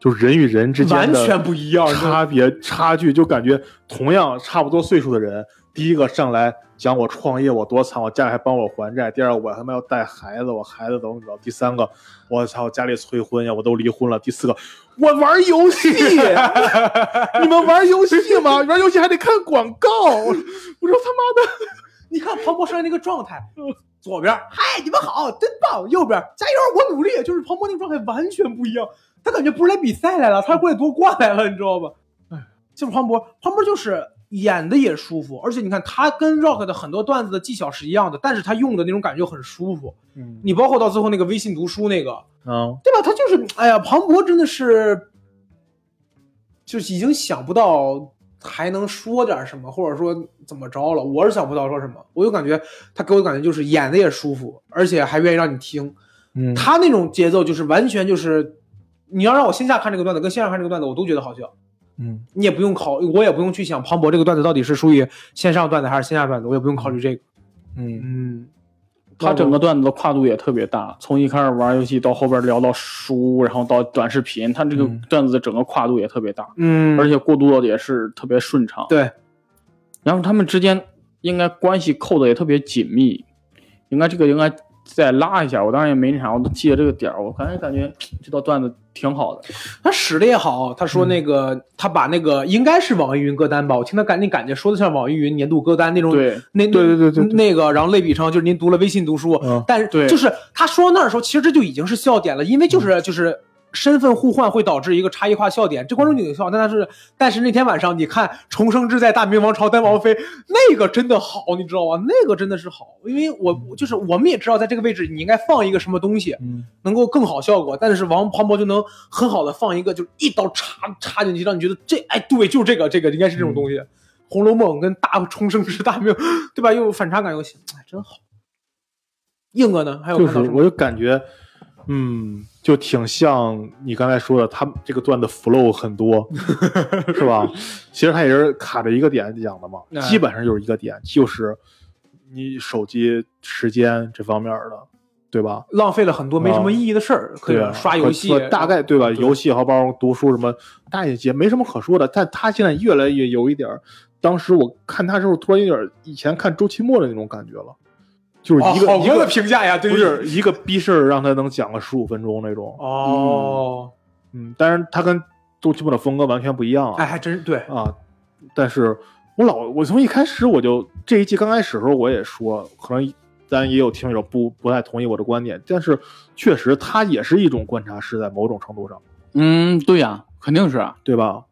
S1: 就是人与人之间
S2: 完
S1: 的
S2: 全不一样，真的
S1: 差别差距，就感觉同样差不多岁数的人，第一个上来讲我创业我多惨，我家里还帮我还债；第二个我他妈要带孩子，我孩子怎么着；第三个我操家里催婚呀，我都离婚了；第四个我玩游 戏，你们玩游戏吗？玩游戏还得看广告， 我说我说他妈的。
S2: 你看庞博上来那个状态，左边嗨你们好，真棒；右边加油，我努力，就是庞博那个状态完全不一样。他感觉不是来比赛来了，他是过来夺冠来了，你知道吧？就是庞博，庞博就是演的也舒服，而且你看他跟 Rock 的很多段子的技巧是一样的，但是他用的那种感觉很舒服。
S1: 嗯
S2: 你包括到最后那个微信读书那个，
S1: 啊，
S2: 对吧？他就是，哎呀，庞博真的是，就是已经想不到还能说点什么，或者说怎么着了。我是想不到说什么，我就感觉他给我的感觉就是演的也舒服，而且还愿意让你听。
S1: 嗯
S2: 他那种节奏就是完全就是，你要让我线下看这个段子跟线上看这个段子，我都觉得好笑。
S1: 嗯，
S2: 你也不用考，我也不用去想庞博这个段子到底是属于线上段子还是线下段子，我也不用考虑这个。
S1: 嗯，
S2: 嗯，
S3: 他整个段子的跨度也特别大，从一开始玩游戏到后边聊到书，然后到短视频，他这个
S1: 嗯
S3: 段子的整个跨度也特别大，
S2: 嗯，
S3: 而且过渡的也是特别顺畅。
S2: 对，
S3: 然后他们之间应该关系扣的也特别紧密，应该这个应该再拉一下。我当然也没那啥，我都记得这个点儿，我感觉感觉这道段子挺好的。
S2: 他使的也好，他说那个、他把那个应该是网易云歌单吧，我听他感那感觉说的像网易云年度歌单那种，
S3: 对，
S2: 那
S1: 对对对对对
S2: 那个，然后类比成就是您读了微信读书，
S1: 嗯
S2: 但是
S3: 对
S2: 就是他说那儿的时候，其实这就已经是笑点了，因为就是、
S1: 嗯
S2: 就是。身份互换会导致一个差异化笑点，这观众就得笑。但他是，但是那天晚上你看《重生之在大明王朝丹王妃》，那个真的好，你知道吗？那个真的是好，因为我我就是我们也知道，在这个位置你应该放一个什么东西，
S1: 嗯
S2: 能够更好效果，但是王庞博就能很好的放一个，就是一刀插插进去，让你觉得这哎对，就是这个这个应该是这
S1: 嗯
S2: 种东西，红楼梦》跟大重生之大命，对吧？又有反差感又行，哎，真好。硬哥呢？还有
S1: 就
S2: 看
S1: 是
S2: 到什么？
S1: 我就感觉，嗯，就挺像你刚才说的，他这个段子 flow 很 多，是吧？其实他也是卡着一个点讲的嘛，
S2: 哎
S1: 基本上就是一个点，就是你手机时间这方面的，对吧？
S2: 浪费了很多没什么意义的事儿，可以
S1: 对
S2: 吧
S1: 啊，
S2: 刷游戏啊
S1: 和和，大概对吧？游戏还包括读书什么，大也也没什么可说的。但他现在越来越有一点儿，当时我看他时候突然有点儿以前看周奇墨的那种感觉了，就是
S2: 哦
S1: 一个、
S2: 好
S1: 一
S2: 哥的
S1: 个
S2: 评价呀，对
S1: 不
S2: 于
S1: 是一个逼事儿，让他能讲个十五分钟那种。
S2: 哦，
S1: 嗯，但是他跟周奇墨的风格完全不一样
S2: 哎，
S1: 啊。
S2: 还真对，
S1: 啊，但是我老我从一开始我就这一季刚开始的时候我也说，可能咱也有听友不不太同意我的观点，但是确实他也是一种观察师，在某种程度上，
S3: 嗯，对呀、肯定是啊。
S1: 对吧？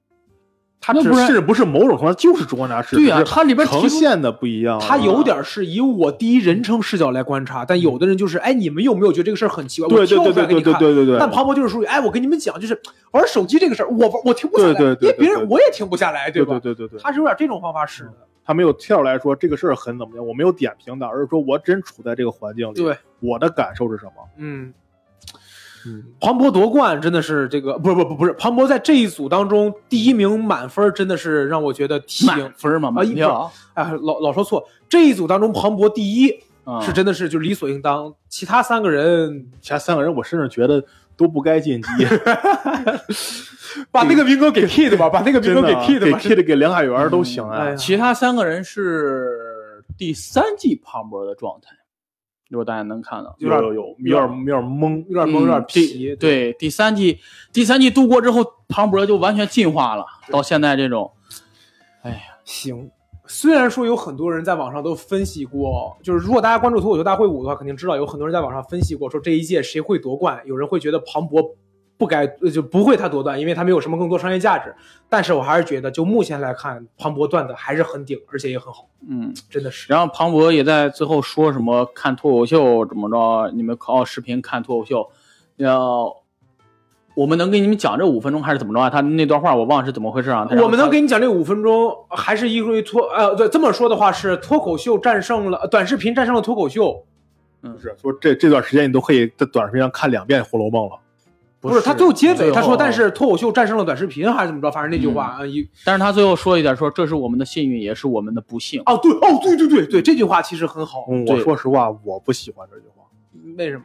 S3: 他
S1: 只
S3: 不
S1: 是甚
S3: 是
S1: 至不啊是某种程度上就是主观察师，
S3: 对呀、
S1: 只是
S3: 他里边提
S1: 呈
S3: 出
S1: 现的不一样。啊
S2: 他有点是以我第一人称视角来观察，但有的人就是，哎，你们有没有觉得这个事儿很奇怪？我
S1: 对对
S2: 跳
S1: 对
S2: 出来
S1: 对
S2: 给你
S1: 对对
S2: 看，
S1: 对对对，
S2: 但庞博就是属于，哎，我跟你们讲，就是玩手机这个事儿，我我停不下来，
S1: 对对对
S2: 因为别
S1: 对
S2: 人
S1: 对
S2: 我也停不下来，
S1: 对
S2: 吧？
S1: 对对对对，
S2: 他是有点这种方法使的，
S1: 他没有跳出来说这个事儿很怎么样，我没有点评的，而是说我真处在这个环境里，
S2: 对，
S1: 我的感受是什么？
S2: 嗯。
S1: 嗯，
S2: 庞博夺冠真的是这个，不是不是不是，庞博在这一组当中第一名满分，真的是让我觉得挺
S3: 满分嘛，满
S2: 一
S3: 票
S2: 票哎，老老说错，这一组当中庞博第一
S3: 啊
S2: 是真的是就理所应当，其他三个人
S1: 其他三个人我甚至觉得都不该晋级，
S2: 把那个名额 给 kid 吧，把那个名
S1: 真
S2: 额
S1: 的
S2: 给
S1: 啊
S2: kid
S1: 给
S2: 吧，
S1: kid 给梁海源都行
S2: 哎
S1: 啊
S2: 呀。
S3: 其他三个人是第三季庞博的状态，如果大家能看到，
S1: 有有有有点有点懵，
S2: 有点懵，有点
S3: 嗯
S2: 皮，
S3: 第对，第三季第三季度过之后，庞博就完全进化了，到现在这种，
S2: 行。虽然说有很多人在网上都分析过，就是如果大家关注脱口秀大会五的话，肯定知道有很多人在网上分析过，说这一届谁会夺冠。有人会觉得庞博不该呃就不会他夺冠，因为他没有什么更多商业价值。但是我还是觉得，就目前来看，庞博段子还是很顶，而且也很好，
S3: 嗯，
S2: 真的是。
S3: 然后庞博也在最后说什么看脱口秀怎么着，你们靠视频看脱口秀，要我们能给你们讲这五分钟还是怎么着啊？他那段话我忘了是怎么回事啊？他
S2: 我们能给你讲这五分钟，还是因为脱呃，对，这么说的话是脱口秀战胜了呃短视频，战胜了脱口秀，
S1: 是说这这段时间你都可以在短视频上看两遍《红楼梦》了。
S2: 不是他最后结尾
S3: 最
S2: 他
S3: 后
S2: 说，但是脱口秀战胜了短视频还是怎么着？反正那句话啊，一
S3: 但是他最后说一点说，这是我们的幸运，也是我们的不幸。
S2: 哦对哦对对对对，这句话其实很好，
S1: 嗯，我
S3: 对
S1: 说实话，我不喜欢这句话，
S2: 为什么？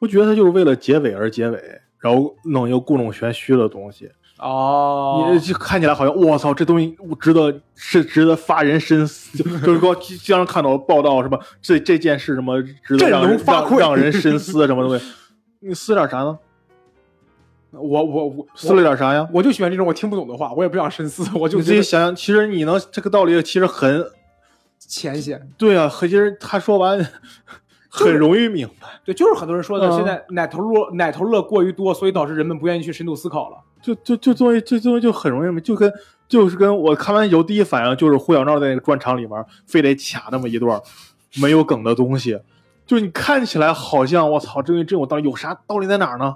S1: 我觉得他就是为了结尾而结尾，然后弄一个故弄玄虚的东西。
S2: 哦
S1: 你，就看起来好像我操，这东西我值得是值得发人深思，就就是说经常看到报道什么这这件事什么值得
S2: 振
S1: 让
S2: 聋
S1: 人
S2: 发
S1: 让
S2: 聩
S1: 让人深思啊什么东西， 你思点啥呢？
S2: 我我我
S1: 思了
S2: 我
S1: 点啥呀？
S2: 我就喜欢这种我听不懂的话，我也不想深思，我就
S1: 你自
S2: 觉
S1: 己
S2: 得
S1: 想想，其实你能这个道理其实很
S2: 浅显。
S1: 对啊，其实他说完 很容易明白，
S2: 对，就是很多人说的，
S1: 嗯
S2: 现在奶头乐奶头乐过于多，所以导致人们不愿意去深度思考了。
S1: 就就就东西，这东西就很容易明白，就跟就是跟我看完以后第一反应就是胡小闹在那个专场里面非得卡那么一段没有梗的东西，就是你看起来好像我操，这东西真有道理，有啥道理在哪儿呢？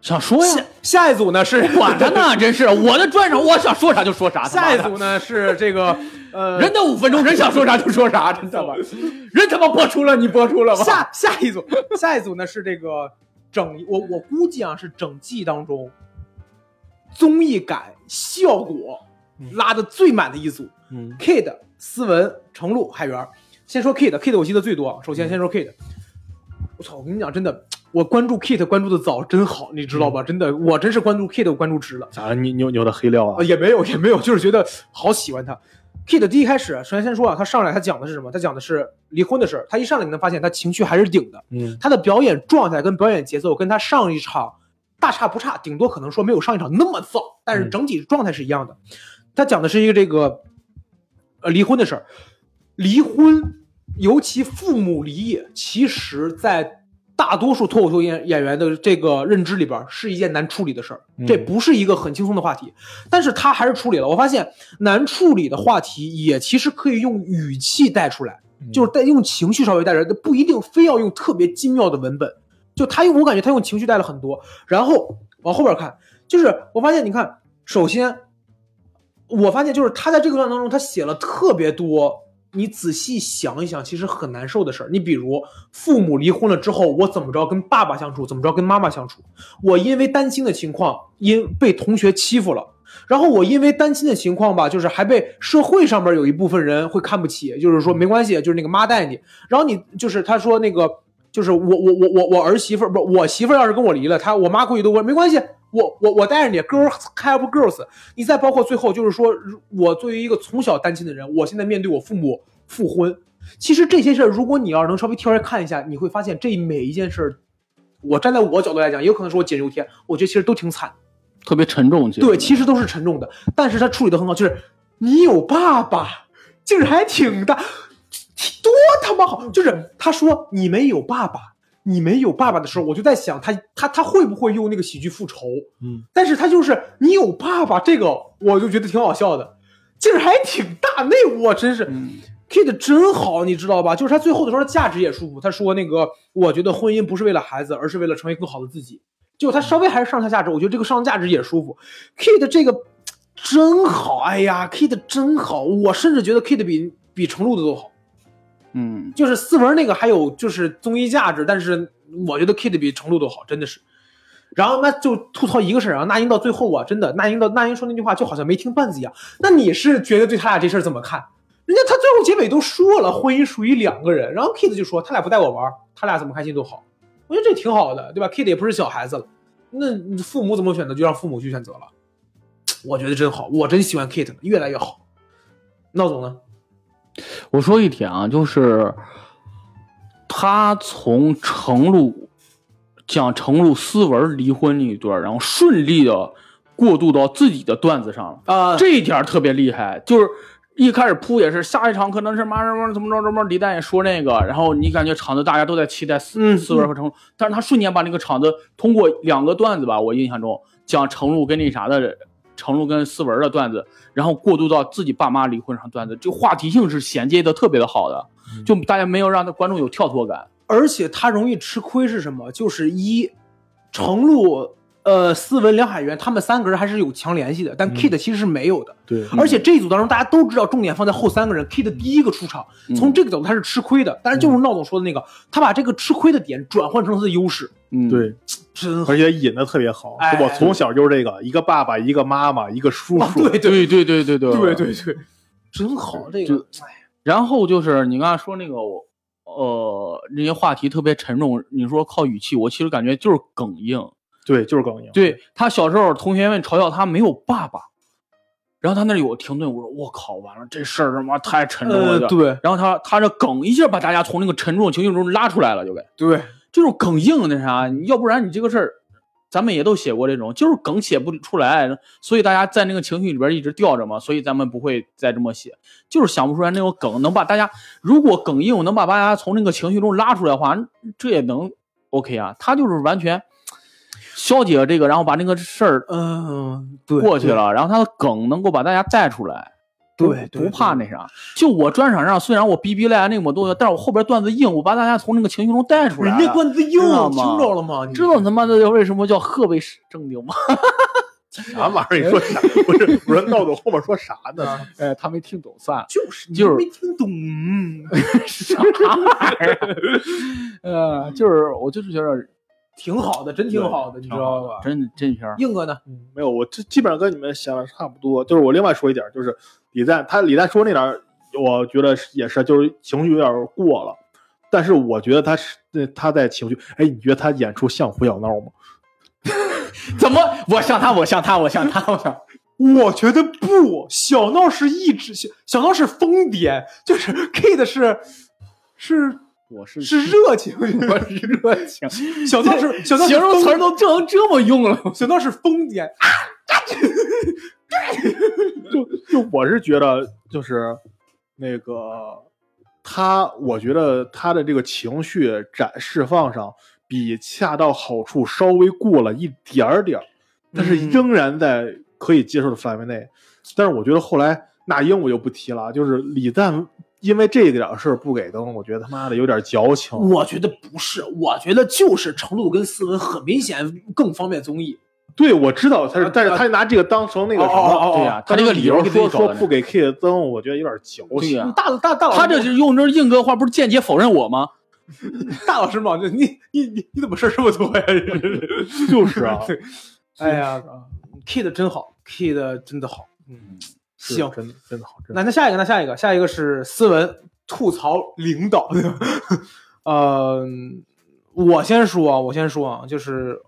S3: 想说
S2: 下
S3: 呀，
S2: 下一组呢是
S3: 管他呢，真是我的专场，我想说啥就说啥。他妈
S2: 下
S3: 的
S2: 一组呢是这个呃，
S3: 人的五分钟，人想说啥就说啥，真的吧？人他妈播出了，你播出了吧？
S2: 下下一组下一组呢是这个整我我估计啊是整季当中综艺感效果
S3: 嗯
S2: 拉的最满的一组。
S1: 嗯
S2: Kid、思文、程璐、海源儿。先说 Kid，Kid 我记得最多啊。首
S3: 嗯
S2: 先先说 Kid，我操，我跟你讲，真的，我关注 Kid 关注的早，真好，你知道
S3: 嗯
S2: 吧？真的，我真是关注 Kid，我关注值了。
S1: 咋你扭扭的黑料
S2: 啊，
S1: 啊？
S2: 也没有，也没有，就是觉得好喜欢他。Kid 第一开始，首先先说啊，他上来他讲的是什么？他讲的是离婚的事儿。他一上来你能发现他情绪还是顶的，
S1: 嗯，
S2: 他的表演状态跟表演节奏跟他上一场大差不差，顶多可能说没有上一场那么燥，但是整体状态是一样的。他讲的是一个这个呃离婚的事儿，离婚，尤其父母离异，其实在大多数脱口秀演演员的这个认知里边儿是一件难处理的事儿，这不是一个很轻松的话题，但是他还是处理了。我发现难处理的话题也其实可以用语气带出来。就是带用情绪稍微带着，不一定非要用特别精妙的文本。就他用，我感觉他用情绪带了很多。然后往后边看，就是我发现，你看，首先，我发现就是他在这个段当中，他写了特别多。你仔细想一想，其实很难受的事儿。你比如父母离婚了之后，我怎么着跟爸爸相处，怎么着跟妈妈相处？我因为单亲的情况，因被同学欺负了，然后我因为单亲的情况吧，就是还被社会上面有一部分人会看不起，就是说没关系，就是那个妈带你。然后你就是他说那个，就是我我我我我儿媳妇儿不，我媳妇儿要是跟我离了，她我妈估计都会没关系，我我我带着你，girls help girls。你再包括最后就是说，如我作为一个从小单亲的人，我现在面对我父母复婚，其实这些事儿，如果你要是能稍微挑开看一下，你会发现这每一件事儿。我站在我角度来讲，也有可能是我锦上添，我觉得其实都挺惨的
S3: 特别沉重，其实
S2: 对，其实都是沉重的，但是他处理的很好，就是你有爸爸，劲儿还挺大，多他妈好！就是他说你没有爸爸，你没有爸爸的时候，我就在想他他他会不会用那个喜剧复仇？
S1: 嗯，
S2: 但是他就是你有爸爸这个，我就觉得挺好笑的，劲儿还挺大，那我真是。Kid 真好，你知道吧？就是他最后的时候，价值也舒服。他说那个，我觉得婚姻不是为了孩子，而是为了成为更好的自己。就他稍微还是上下价值，我觉得这个上价值也舒服。Kid 这个真好，哎呀，Kid 真好，我甚至觉得 Kid 比比程璐的都好。
S3: 嗯，
S2: 就是思文那个还有就是综艺价值，但是我觉得 Kid 比程璐都好，真的是。然后那就吐槽一个事儿啊，那英到最后啊，真的那英到那英说那句话就好像没听半字一样。那你是觉得对他俩这事儿怎么看？人家他最后结尾都说了，婚姻属于两个人，然后 Kid 就说他俩不带我玩儿，他俩怎么开心都好，我觉得这挺好的，对吧？Kid 也不是小孩子了，那你父母怎么选择就让父母去选择了，我觉得真好，我真喜欢 Kid，越来越好。闹总呢？
S3: 我说一点啊，就是他从程璐讲程璐思文离婚那一段，然后顺利的过渡到自己的段子上了。
S2: 啊
S3: 这一点儿特别厉害，就是一开始铺也是下一场可能是嘛什么怎么着怎么着，李诞也说那个，然后你感觉场子大家都在期待思、
S2: 嗯
S3: 思文和程璐，但是他瞬间把那个场子通过两个段子吧，我印象中讲程璐跟那啥的。程璐跟思文的段子，然后过渡到自己爸
S2: 嗯
S3: 妈离婚上段子，这个话题性是衔接的特别的好的，就大家没有让观众有跳脱感。
S2: 而且他容易吃亏是什么？就是一，程璐、呃，斯文、梁海源他们三个人还是有强联系的，
S3: 嗯
S2: 但 Kid 其实是没有的。
S1: 对，
S2: 而且这一组当中，大家都知道重点放在后三个
S3: 嗯
S2: 人，Kid 第一个出场，从这个角度他是吃亏的，但是就是闹总说的那个，他把这个吃亏的点转换成了他的优势，
S3: 嗯，
S1: 对，
S2: 真好。
S1: 而且引的特别好。
S2: 哎
S1: 我从小就是这个，一个爸爸，一个妈妈，一个叔
S2: 啊，
S1: 叔。
S2: 对对
S3: 对对对对对
S2: 对对对，真好，这个，哎，
S3: 然后就是你刚才说那个，我呃，那些话题特别沉重。你说靠语气，我其实感觉就是哽硬。
S1: 对就是耿硬。
S2: 嗯
S3: 对他小时候，同学们嘲笑他没有爸爸，然后他那儿有停顿，我说我靠，完了这事儿他妈太沉重了。
S2: 呃，对
S3: 然后他他这梗一下把大家从那个沉重情绪中拉出来了，就给
S2: 对，
S3: 这种梗硬那啥，你要不然你这个事儿，咱们也都写过这种，就是梗写不出来，所以大家在那个情绪里边一直吊着嘛，所以咱们不会再这么写，就是想不出来那种梗能把大家，如果梗硬能把大家从那个情绪中拉出来的话，这也能 OK 啊。他就是完全消解了这个，然后把那个事儿
S2: 嗯，对，
S3: 过去了，然后他的梗能够把大家带出来。
S2: 对，对，
S3: 不怕
S2: 对
S3: 那啥。就我专场上，虽然我逼逼赖赖那么多，但是我后边段子硬，我把大家从那个情绪中带出来
S2: 人
S3: 了。
S2: 家关子硬，
S3: 知道
S2: 听
S3: 吗
S2: 着了吗？你。
S3: 知道他妈的为什么叫鹤背正经吗？
S1: 啥玩意儿？你说 啥？不是，我说闹总后面说啥呢？
S3: 哎，他没听懂，算了
S2: 就是你
S3: 就是
S2: 没听懂，
S3: 啥玩意儿？ 呃，就是我就是觉得
S2: 挺好的，真挺好的，你知道吧？
S3: 真真片儿，
S2: 硬哥呢？
S1: 嗯没有，我这基本上跟你们想的差不多。就是我另外说一点，就是李诞，他李诞说那点儿，我觉得是也是，就是情绪有点儿过了。但是我觉得他是呃他在情绪，哎，你觉得他演出像胡小闹吗？
S3: 怎么我像他，我像他，我像他，我像
S2: 我觉得不，小闹是一直小小闹是疯癫，就是 Kid 是是
S3: 我是
S2: 是热情，
S3: 我是热情，
S2: 小闹是 小闹是
S3: 形容词
S2: 疯
S3: 儿都这能这么用了，
S2: 小闹是疯癫，
S1: 就我是觉得，就是那个他，我觉得他的这个情绪展释放上，比恰到好处稍微过了一点儿点儿，但是
S2: 嗯
S1: 仍然在可以接受的范围内。但是我觉得后来那英我就不提了，就是李诞因为这点儿事儿不给灯，我觉得他妈的有点矫情。
S2: 我觉得不是，我觉得就是程璐跟斯文很明显更方便综艺。
S1: 对，我知道他是
S2: 啊，
S1: 但是
S2: 啊
S1: 他拿这个当成那个什
S2: 哦哦
S1: 么，
S2: 哦
S3: 对呀，他
S1: 当
S3: 这个
S1: 成
S3: 理由
S1: 由
S3: 给自
S1: 说
S3: 己搞
S1: 说
S3: 的
S1: 不，给 K 的灯，我觉得有点矫
S3: 对
S1: 情。
S3: 呀，
S2: 大大大老师
S3: 他这是用这硬哥话，不是间接否认我吗？
S2: 大老师嘛，就你你你你怎么事儿这么多呀？
S1: 就是 啊
S2: 对，哎呀，Kid 真好，Kid 真的好。
S1: 嗯，是
S2: 行，
S1: 真真的好，真的好
S2: 那那下一个，那下一个，下一个是斯文吐槽领导。 呃，我先说啊，我先说啊，就是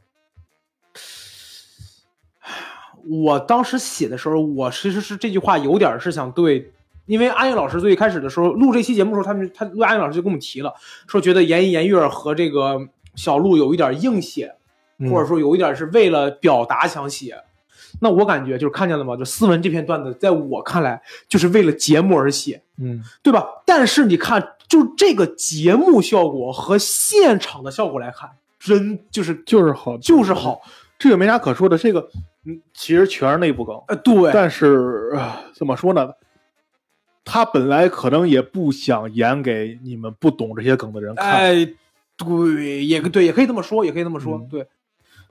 S2: 我当时写的时候，我其实是这句话有点儿是想对，因为安逸老师最开始的时候录这期节目的时候，他们他录安逸老师就跟我们提了，说觉得严一严月和这个小鹿有一点硬写，
S1: 嗯
S2: 或者说有一点是为了表达想写。那我感觉就是看见了吗？就斯文这篇段子，在我看来就是为了节目而写，
S1: 嗯，
S2: 对吧？但是你看，就这个节目效果和现场的效果来看，真就是
S1: 就是好，
S2: 就是好。
S1: 这个没啥可说的。这个，嗯，其实全是内部梗，
S2: 呃，对，
S1: 但是、啊怎么说呢？他本来可能也不想演给你们不懂这些梗的人看，
S2: 哎，对，也对，也可以这么说，也可以这么说，
S1: 嗯
S2: 对。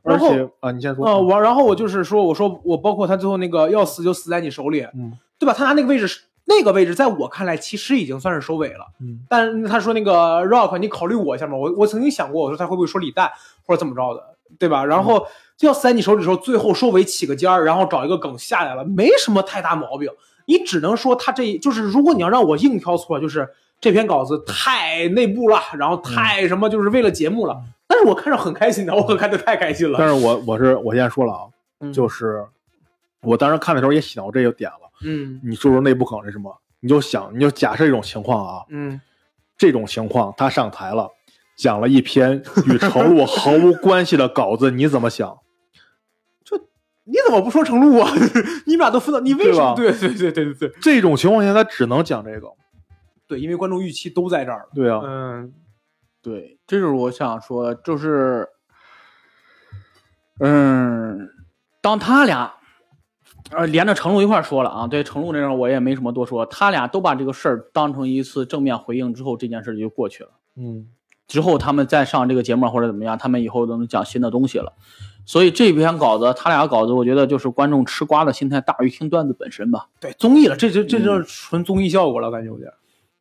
S1: 而
S2: 然后
S1: 且啊，你先说，
S2: 呃，我然后我就是说，我说我包括他最后那个要死就死在你手里，
S1: 嗯
S2: 对吧？他拿那个位置是，那个位置在我看来其实已经算是收尾了。
S1: 嗯
S2: 但他说那个 Rock，你考虑我一下嘛？我我曾经想过，我说他会不会说李诞或者怎么着的，对吧？然后要塞你手里的时候，最后收尾起个尖儿，然后找一个梗下来了，没什么太大毛病。你只能说他这就是，如果你要让我硬挑错，就是这篇稿子太内部了，然后太
S1: 嗯
S2: 什么，就是为了节目了。但是我看着很开心的，我很看着太开心了。
S1: 但是我我是我先说了啊，
S2: 嗯
S1: 就是我当时看的时候也想到这个点了。
S2: 嗯
S1: 你说说内部梗是什么？你就想，你就假设一种情况啊，
S2: 嗯
S1: 这种情况他上台了，讲了一篇与程璐毫无关系的稿子，你怎么想？
S2: 你怎么不说程璐啊？ 你们俩都分到，你为什么？
S1: 对
S2: 对对对对对对
S1: 这种情况下，他只能讲这个。
S2: 对，因为观众预期都在这儿了。
S1: 对啊，
S2: 嗯，
S3: 对，这就是我想说的，就是，嗯，当他俩，呃，连着程璐一块儿说了啊，对程璐那事儿我也没什么多说，他俩都把这个事儿当成一次正面回应之后，这件事儿就过去了。
S1: 嗯，
S3: 之后他们再上这个节目啊或者怎么样，他们以后都能讲新的东西了。所以这篇稿子，他俩稿子，我觉得就是观众吃瓜的心态大于听段子本身吧。
S2: 对综艺了，这就这就是纯综艺效果了，感觉有点。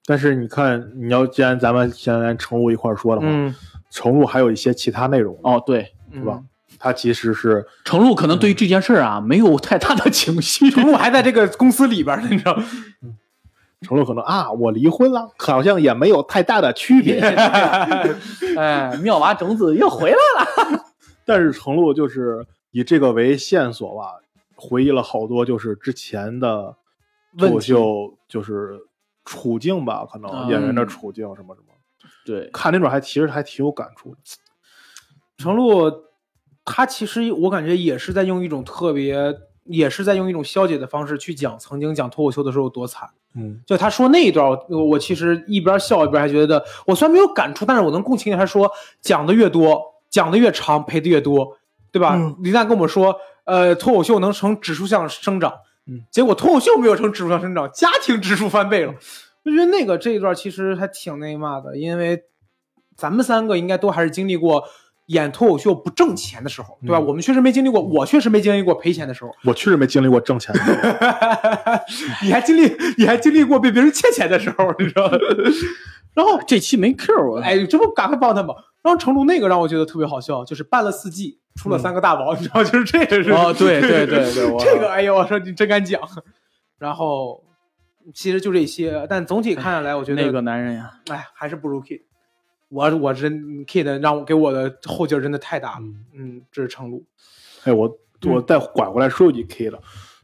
S1: 但是你看，你要既然咱们先来程璐一块儿说的话，程璐还有一些其他内容，
S3: 哦，对，
S2: 嗯，
S1: 是吧？他其实是
S3: 程璐可能对于这件事儿啊没有太大的情绪，
S2: 程璐还在这个公司里边呢，你知道吗？
S1: 程璐可能啊，我离婚了，好像也没有太大的区 别。
S3: 哎，妙娃种子又回来了。
S1: 但是程璐就是以这个为线索吧，回忆了好多就是之前的脱口秀就是处境吧，可能
S3: 嗯
S1: 演员的处境什么什么，
S3: 对，
S1: 看那种还其实还挺有感触的。
S2: 程璐，他其实我感觉也是在用一种特别，也是在用一种消解的方式去讲曾经讲脱口秀的时候有多惨。
S1: 嗯，
S2: 就他说那一段，我我其实一边笑一边还觉得，我虽然没有感触，但是我能共情他说讲的越多，讲的越长，赔的越多，对吧？
S1: 嗯
S2: 林丹跟我们说，呃，脱口秀能呈指数向生长，
S1: 嗯，
S2: 结果脱口秀没有呈指数向生长，家庭指数翻倍了。我觉得那个这一段其实还挺那嘛的，因为咱们三个应该都还是经历过演脱口秀不挣钱的时候，对吧？
S1: 嗯
S2: 我们确实没经历过，我确实没经历过赔钱的时候。
S1: 我确实没经历过挣钱的，
S2: 你还经历你还经历过被别人欠钱的时候，你知道吗？然后，
S3: 这期没 Q 我，
S2: 哎，这不赶快帮他吗？然后成龙那个让我觉得特别好笑，就是办了四季，出了三个大王，你知道，就是这个是
S3: 嗯哦，对对 对对，我
S2: 这个，哎呦，我说你真敢讲。然后，其实就这些，但总体看下来，我觉得
S3: 哎那个，男人呀，
S2: 哎，还是不如 Kid。我我真 Kid 让我给我的后劲儿真的太大了，
S1: 嗯
S2: 嗯，这是程璐，
S1: 哎，我我再拐回来说一句 K 的，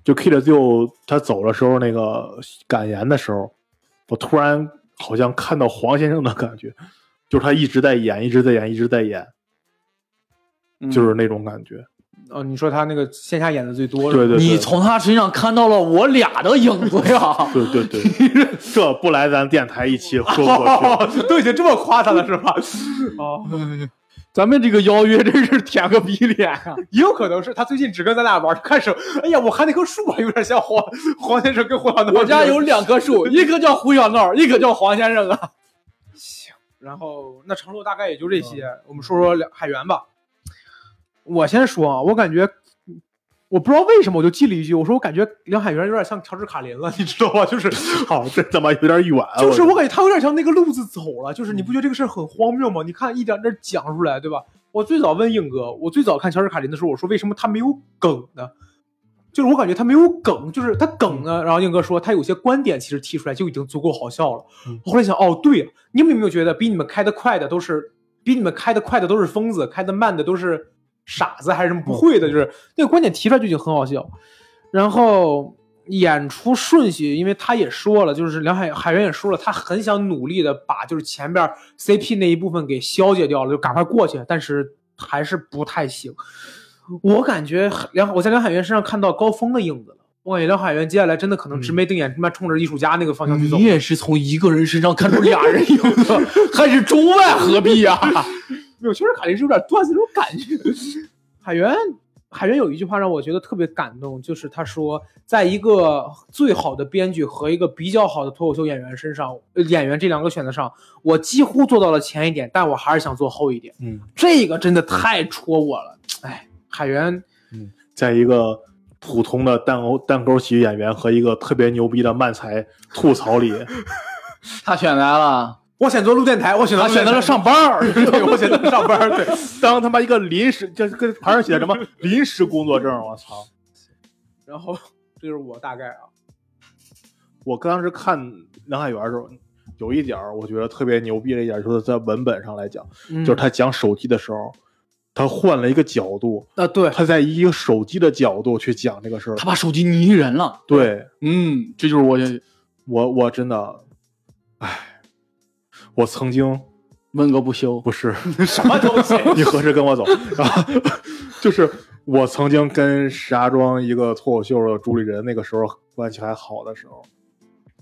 S1: 就 K 的最后他走的时候那个感言的时候，我突然好像看到黄先生的感觉，就是他一直在演，一直在演，一直在演，
S3: 嗯
S2: 嗯
S1: 就是那种感觉。
S2: 哦，你说他那个线下演的最多是吧，
S1: 对对对，
S3: 你从他身上看到了我俩的影子 呀。
S1: 对对 对，这不来咱电台一期说不过去。
S2: 哦，都已经这么夸他了是吧？哦，
S3: 咱们这个邀约真是舔个逼脸啊！
S2: 也有可能是他最近只跟咱俩玩儿，看手， 哎呀，我看那棵树还有点像黄黄先生跟黄小闹。
S3: 我家有，两棵 树，一棵叫胡小闹，一棵叫黄先生啊。
S2: 然后那程璐大概也就这些。我们说说两海源吧。我先说啊，我感觉我不知道为什么我就记了一句，我说我感觉梁海源有点像乔治卡林了，你知道吧？就是
S1: 好，这他妈有点远啊。
S2: 就是我
S1: 我
S2: 感觉他有点像那个路子走了，就是你不觉得这个事儿很荒谬吗？你看一点点讲出来，对吧？我最早问硬哥，我最早看乔治卡林的时候，我说为什么他没有梗呢？就是我感觉他没有梗，就是他梗呢。然后硬哥说他有些观点其实提出来就已经足够好笑了。
S1: 嗯
S2: 我后来想，哦，对啊，你们有没有觉得比你们开得快的都是比你们开得快的都是疯子，开得慢的都是傻子还是什么不会
S1: 嗯
S2: 的？就是那个观点提出来就已经很好笑。然后演出顺序，因为他也说了，就是梁海海源也说了，他很想努力的把就是前边 CP 那一部分给消解掉了，就赶快过去，但是还是不太行。我感觉梁我在梁海源身上看到高峰的影子了。我感觉梁海源接下来真的可能直眉瞪眼，他妈冲着艺术家那个方向去走。
S3: 也是从一个人身上看出俩人影子， 还是中外合璧呀、
S2: 没有，确实卡林是有点段子那种感觉。海源，海源有一句话让我觉得特别感动，就是他说，在一个最好的编剧和一个比较好的脱口秀演员身上，呃演员这两个选择上，我几乎做到了前一点，但我还是想做后一点。
S1: 嗯，
S2: 这个真的太戳我了，哎，海源，
S1: 在一个普通的单口单口喜剧演员和一个特别牛逼的漫才吐槽里，
S3: 他选来了，
S2: 我选择录电台，我选择
S3: 他啊选择了上班 儿。
S2: 对，我选择 上班，对。
S1: 当他妈一个临时，这跟牌上写的什么临时工作证，我操！
S2: 然后这就是我大概啊，
S1: 我当时看梁海源的时候，有一点儿我觉得特别牛逼的一点儿，就是在文本上来讲，
S2: 就
S1: 就是他讲手机的时候，他换了一个角度，
S2: 啊，对，
S1: 他在以一个手机的角度去讲这个事儿
S3: 他。把手机拟人了。
S1: 对
S3: 嗯，这就是我
S1: 我，我真的，哎，我曾经
S3: 问个不休。
S1: 不是
S2: 什么东西？
S1: 你何时跟我走？然后就是我曾经跟石家庄一个脱口秀的主理人，那个时候关系还好的时候，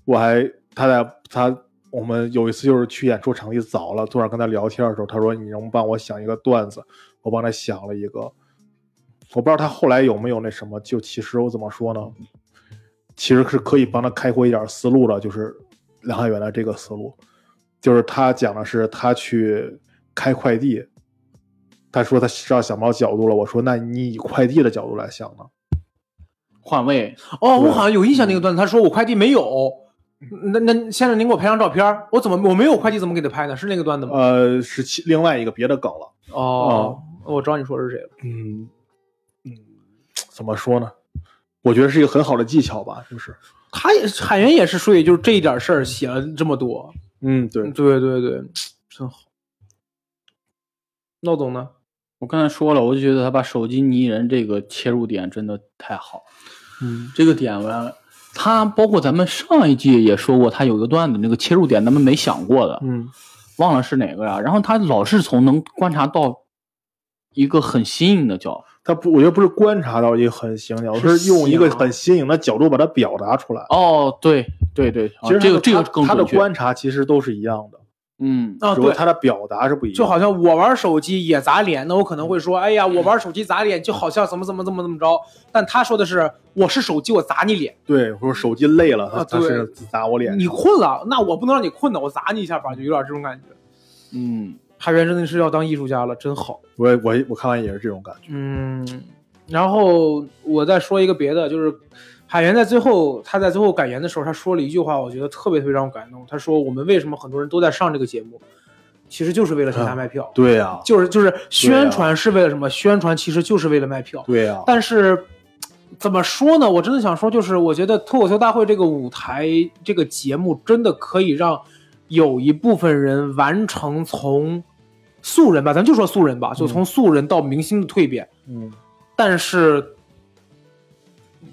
S1: 我还他在他我们有一次就是去演出场地早了，坐那儿跟他聊天的时候，他说你能帮我想一个段子，我帮他想了一个，我不知道他后来有没有那什么，就其实我怎么说呢？其实是可以帮他开阔一点思路的，就是梁汉元的这个思路，就是他讲的是他去开快递，他说他知道想不到角度了。我说那你以快递的角度来想呢？
S3: 换位，
S1: 对
S2: 哦，
S1: 嗯
S2: 我好像有印象那个段子，他说我快递没有，那那先生您给我拍张照片儿，我怎么我没有快递怎么给他拍呢？是那个段子吗？
S1: 呃，是其另外一个别的梗了。
S2: 哦，我知道你说的是谁了。
S1: 嗯嗯，怎么说呢？我觉得是一个很好的技巧吧，就是
S2: 他也是海源也是所以就是这一点事儿写了这么多，
S1: 嗯，对，
S2: 对对对，真好。闹总呢？
S3: 我刚才说了，我就觉得他把手机泥人这个切入点真的太好了。
S2: 嗯，
S3: 这个点完，他包括咱们上一季也说过，他有个段子，那个切入点咱们没想过的，
S2: 嗯，
S3: 忘了是哪个呀、然后他老是从能观察到一个很新颖的角，
S1: 他不，我觉得不是观察到一个很新颖，我
S2: 是啊
S1: 是用一个
S2: 想
S1: 很新颖的角度把它表达出来。
S3: 哦，对对对，啊
S1: 其实
S3: 这个
S1: 他
S3: 这
S1: 的
S3: 个更
S1: 他的
S3: 准确，
S1: 观察其实都是一样的，
S3: 嗯，
S2: 啊
S1: 只不过
S2: 对，
S1: 他的表达是不一样的。
S2: 就好像我玩手机也砸脸，那我可能会
S1: 嗯
S2: 说，哎呀，我玩手机砸脸，就好像怎么怎么怎么怎么着。但他说的是，我是手机，我砸你脸，
S1: 对，我说手机累了，他
S2: 啊
S1: 他
S2: 对
S1: 是砸我脸上。
S2: 你困了，那我不能让你困的，我砸你一下吧，就有点这种感觉。
S3: 嗯，
S2: 海源真的是要当艺术家了，真好。
S1: 我我我看完也是这种感觉。
S2: 嗯，然后我再说一个别的，就是海源在最后他在最后感言的时候，他说了一句话，我觉得特别特别让我感动。他说：“我们为什么很多人都在上这个节目，其实就是为了向下卖票，
S1: 对啊呀、
S2: 就是就是
S1: 嗯对啊
S2: 宣传是为了什么？宣传其实就是为了卖票。
S1: 对呀、啊
S2: 但是怎么说呢？我真的想说，就是我觉得脱口秀大会这个舞台这个节目，真的可以让有一部分人完成从素人吧，咱就说素人吧，就从素人到明星的蜕变。
S1: 嗯，
S2: 但是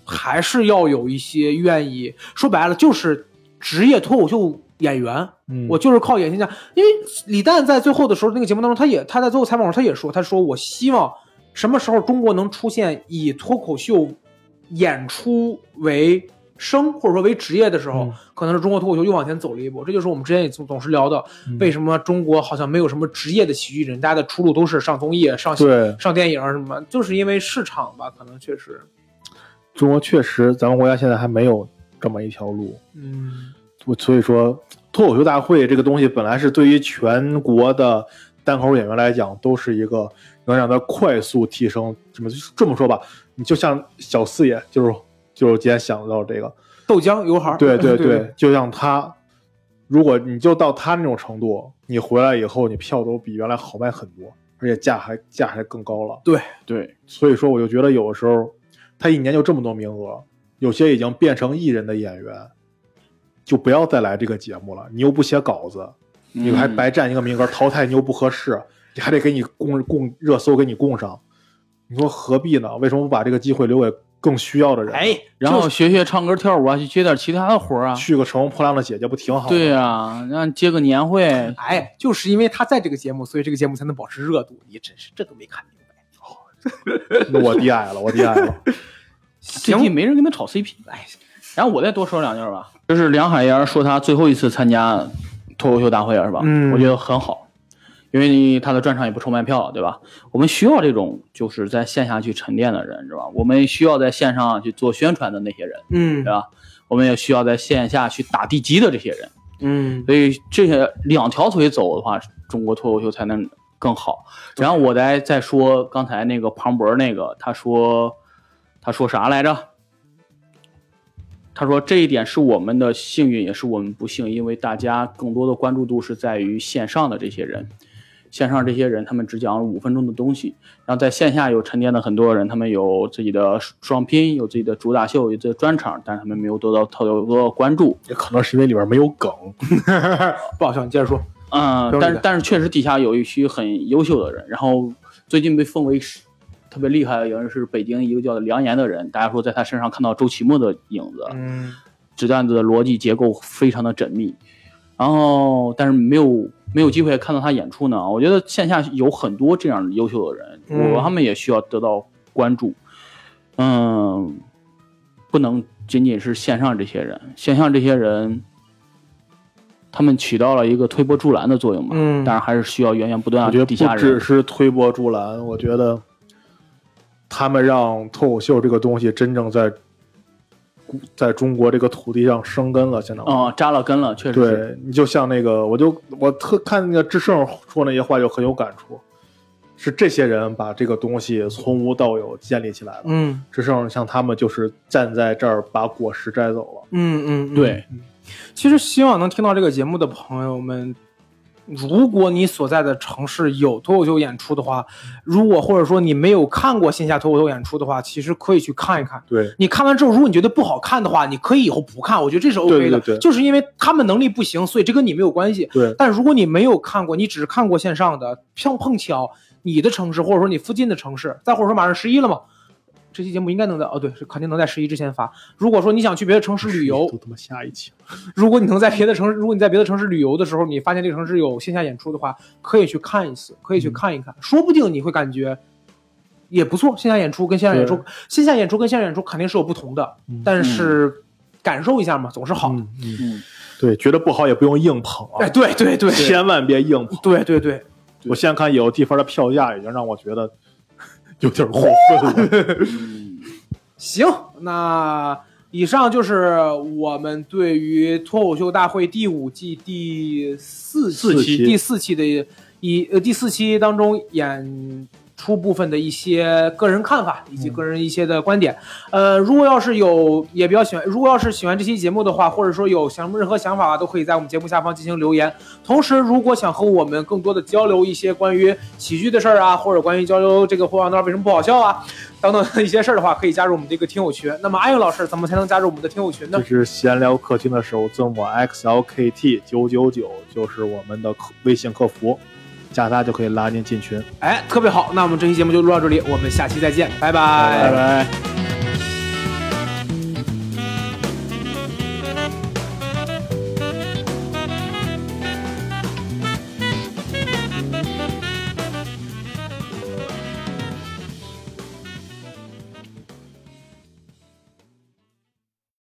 S2: 还是要有一些愿意，说白了就是职业脱口秀演员。
S1: 嗯
S2: 我就是靠演现象，因为李诞在最后的时候那个节目当中，他也他在最后采访的时候他也说，他说我希望什么时候中国能出现以脱口秀演出为生或者说为职业的时候，
S1: 嗯
S2: 可能是中国脱口秀又往前走了一步。这就是我们之前也总总是聊的，
S1: 嗯
S2: 为什么中国好像没有什么职业的喜剧人，大家的出路都是上综艺、上
S1: 对
S2: 上电影什么，就是因为市场吧，可能确实，
S1: 中国确实，咱们国家现在还没有这么一条路。
S2: 嗯，
S1: 我所以说，脱口秀大会这个东西本来是对于全国的单口演员来讲，都是一个能让他快速提升。怎么这么说吧？你就像小四爷，就是就是今天想到这个，
S2: 豆浆油孩儿，
S1: 对啊对
S2: 对
S1: 对，就像他，如果你就到他那种程度，你回来以后，你票都比原来好卖很多，而且价还价还更高了。
S3: 对，
S1: 所以说，我就觉得有的时候他一年就这么多名额，有些已经变成艺人的演员，就不要再来这个节目了。你又不写稿子，你还
S3: 嗯
S1: 白占一个名额，淘汰你又不合适，你还得给你供供热搜给你供上，你说何必呢？为什么不把这个机会留给更需要的人呢？
S2: 哎，
S3: 然后学学唱歌跳舞啊，去接点其他的活儿啊，
S1: 去个乘风破浪的姐姐不挺好吗？
S3: 对呀、让接个年会，
S2: 哎，就是因为他在这个节目，所以这个节目才能保持热度。你真是这都没看明白。
S1: 那我 低矮了，我低矮 了。
S3: 最近，没人跟他炒 CP。
S2: 哎，
S3: 然后我再多说两句儿吧，就是梁海燕说她最后一次参加脱口秀大会了是吧？
S2: 嗯
S3: 我觉得很好，因为她的专场也不愁卖票，对吧？我们需要这种就是在线下去沉淀的人，是吧？我们需要在线上去做宣传的那些人，
S2: 嗯
S3: 对吧？我们也需要在线下去打地基的这些人，
S2: 嗯，
S3: 所以这些两条腿走的话，中国脱口秀才能更好。然后我再再说刚才那个庞博那个，他说他说啥来着？他说这一点是我们的幸运，也是我们不幸，因为大家更多的关注度是在于线上的这些人，线上这些人他们只讲了五分钟的东西，然后在线下有沉淀的很多人，他们有自己的双拼，有自己的主打秀，有自己的专场，但是他们没有得到特别多的关注。
S1: 也可能是因为里边没有梗。
S2: 不好笑，你接着说。
S3: 嗯
S2: 标，准
S3: 但是
S2: 的
S3: 但是确实底下有一批很优秀的人，然后最近被奉为是特别厉害的人是北京一个叫梁岩的人，大家说在他身上看到周奇墨的影子，
S2: 嗯
S3: 纸段子的逻辑结构非常的缜密，然后但是没有没有机会看到他演出呢。我觉得线下有很多这样优秀的人，
S2: 嗯
S3: 我他们也需要得到关注。嗯，不能仅仅是线上这些人，线上这些人，他们起到了一个推波助澜的作用吧。
S2: 嗯
S3: 当然还是需要源源不断
S1: 我觉
S3: 的
S1: 得
S3: 底啊下
S1: 不只
S3: 人。
S1: 是推波助澜，我觉得他们让脱口秀这个东西真正在古在中国这个土地上生根了，相当于。
S3: 啊、扎了根了，确实是。
S1: 对你就像那个，我就我特看那个智胜说那些话就很有感触，是这些人把这个东西从无到有建立起来了。
S2: 嗯
S1: 智胜像他们就是站在这儿把果实摘走了。
S2: 嗯嗯，嗯
S3: 对，
S2: 其实希望能听到这个节目的朋友们，如果你所在的城市有脱口秀演出的话，如果或者说你没有看过线下脱口秀演出的话，其实可以去看一看。
S1: 对，
S2: 你看完之后，如果你觉得不好看的话，你可以以后不看，我觉得这是 OK
S1: 对对
S2: 的。
S1: 对
S2: 就是因为他们能力不行，所以这跟你没有关系。
S1: 对
S2: 但如果你没有看过，你只是看过线上的，碰碰巧你的城市或者说你附近的城市，再或者说马上十一了嘛，这期节目应该能在哦，对，是肯定能在十一之前发。如果说你想去别的城市旅游，
S1: 都他妈下一期了。
S2: 如果你能在别的城市，如果你在别的城市旅游的时候，你发现这个城市有线下演出的话，可以去看一次，可以去看一看，
S1: 嗯
S2: 说不定你会感觉也不错。线下演出跟线上演出
S1: 对，
S2: 线下演出跟线上演出肯定是有不同的，
S1: 嗯
S2: 但是感受一下嘛，总是好的。
S1: 嗯嗯，
S3: 嗯，
S1: 对，觉得不好也不用硬捧啊
S2: 哎，，对对对
S1: 千万别硬捧。
S2: 对对对，
S1: 我现在看有地方的票价已经让我觉得有点过分了。
S2: 行，那以上就是我们对于脱口秀大会第五季第四
S1: 四期
S2: 第四期的一呃第四期当中演。出部分的一些个人看法以
S1: 嗯
S2: 及个人一些的观点，呃，如果要是有也比较喜欢，如果要是喜欢这期节目的话，或者说有想任何想法啊，都可以在我们节目下方进行留言。同时，如果想和我们更多的交流一些关于喜剧的事儿啊，或者关于交流这个互联网段为什么不好笑啊等等的一些事儿的话，可以加入我们这个听友群。那么，阿勇老师怎么才能加入我们的听友群呢
S1: 这？是闲聊客厅的首字母 XLKT 九九九，就是我们的客微信客服，加他就可以拉您进群。
S2: 哎，特别好。那我们这期节目就录到这里，我们下期再见，拜拜
S1: 拜。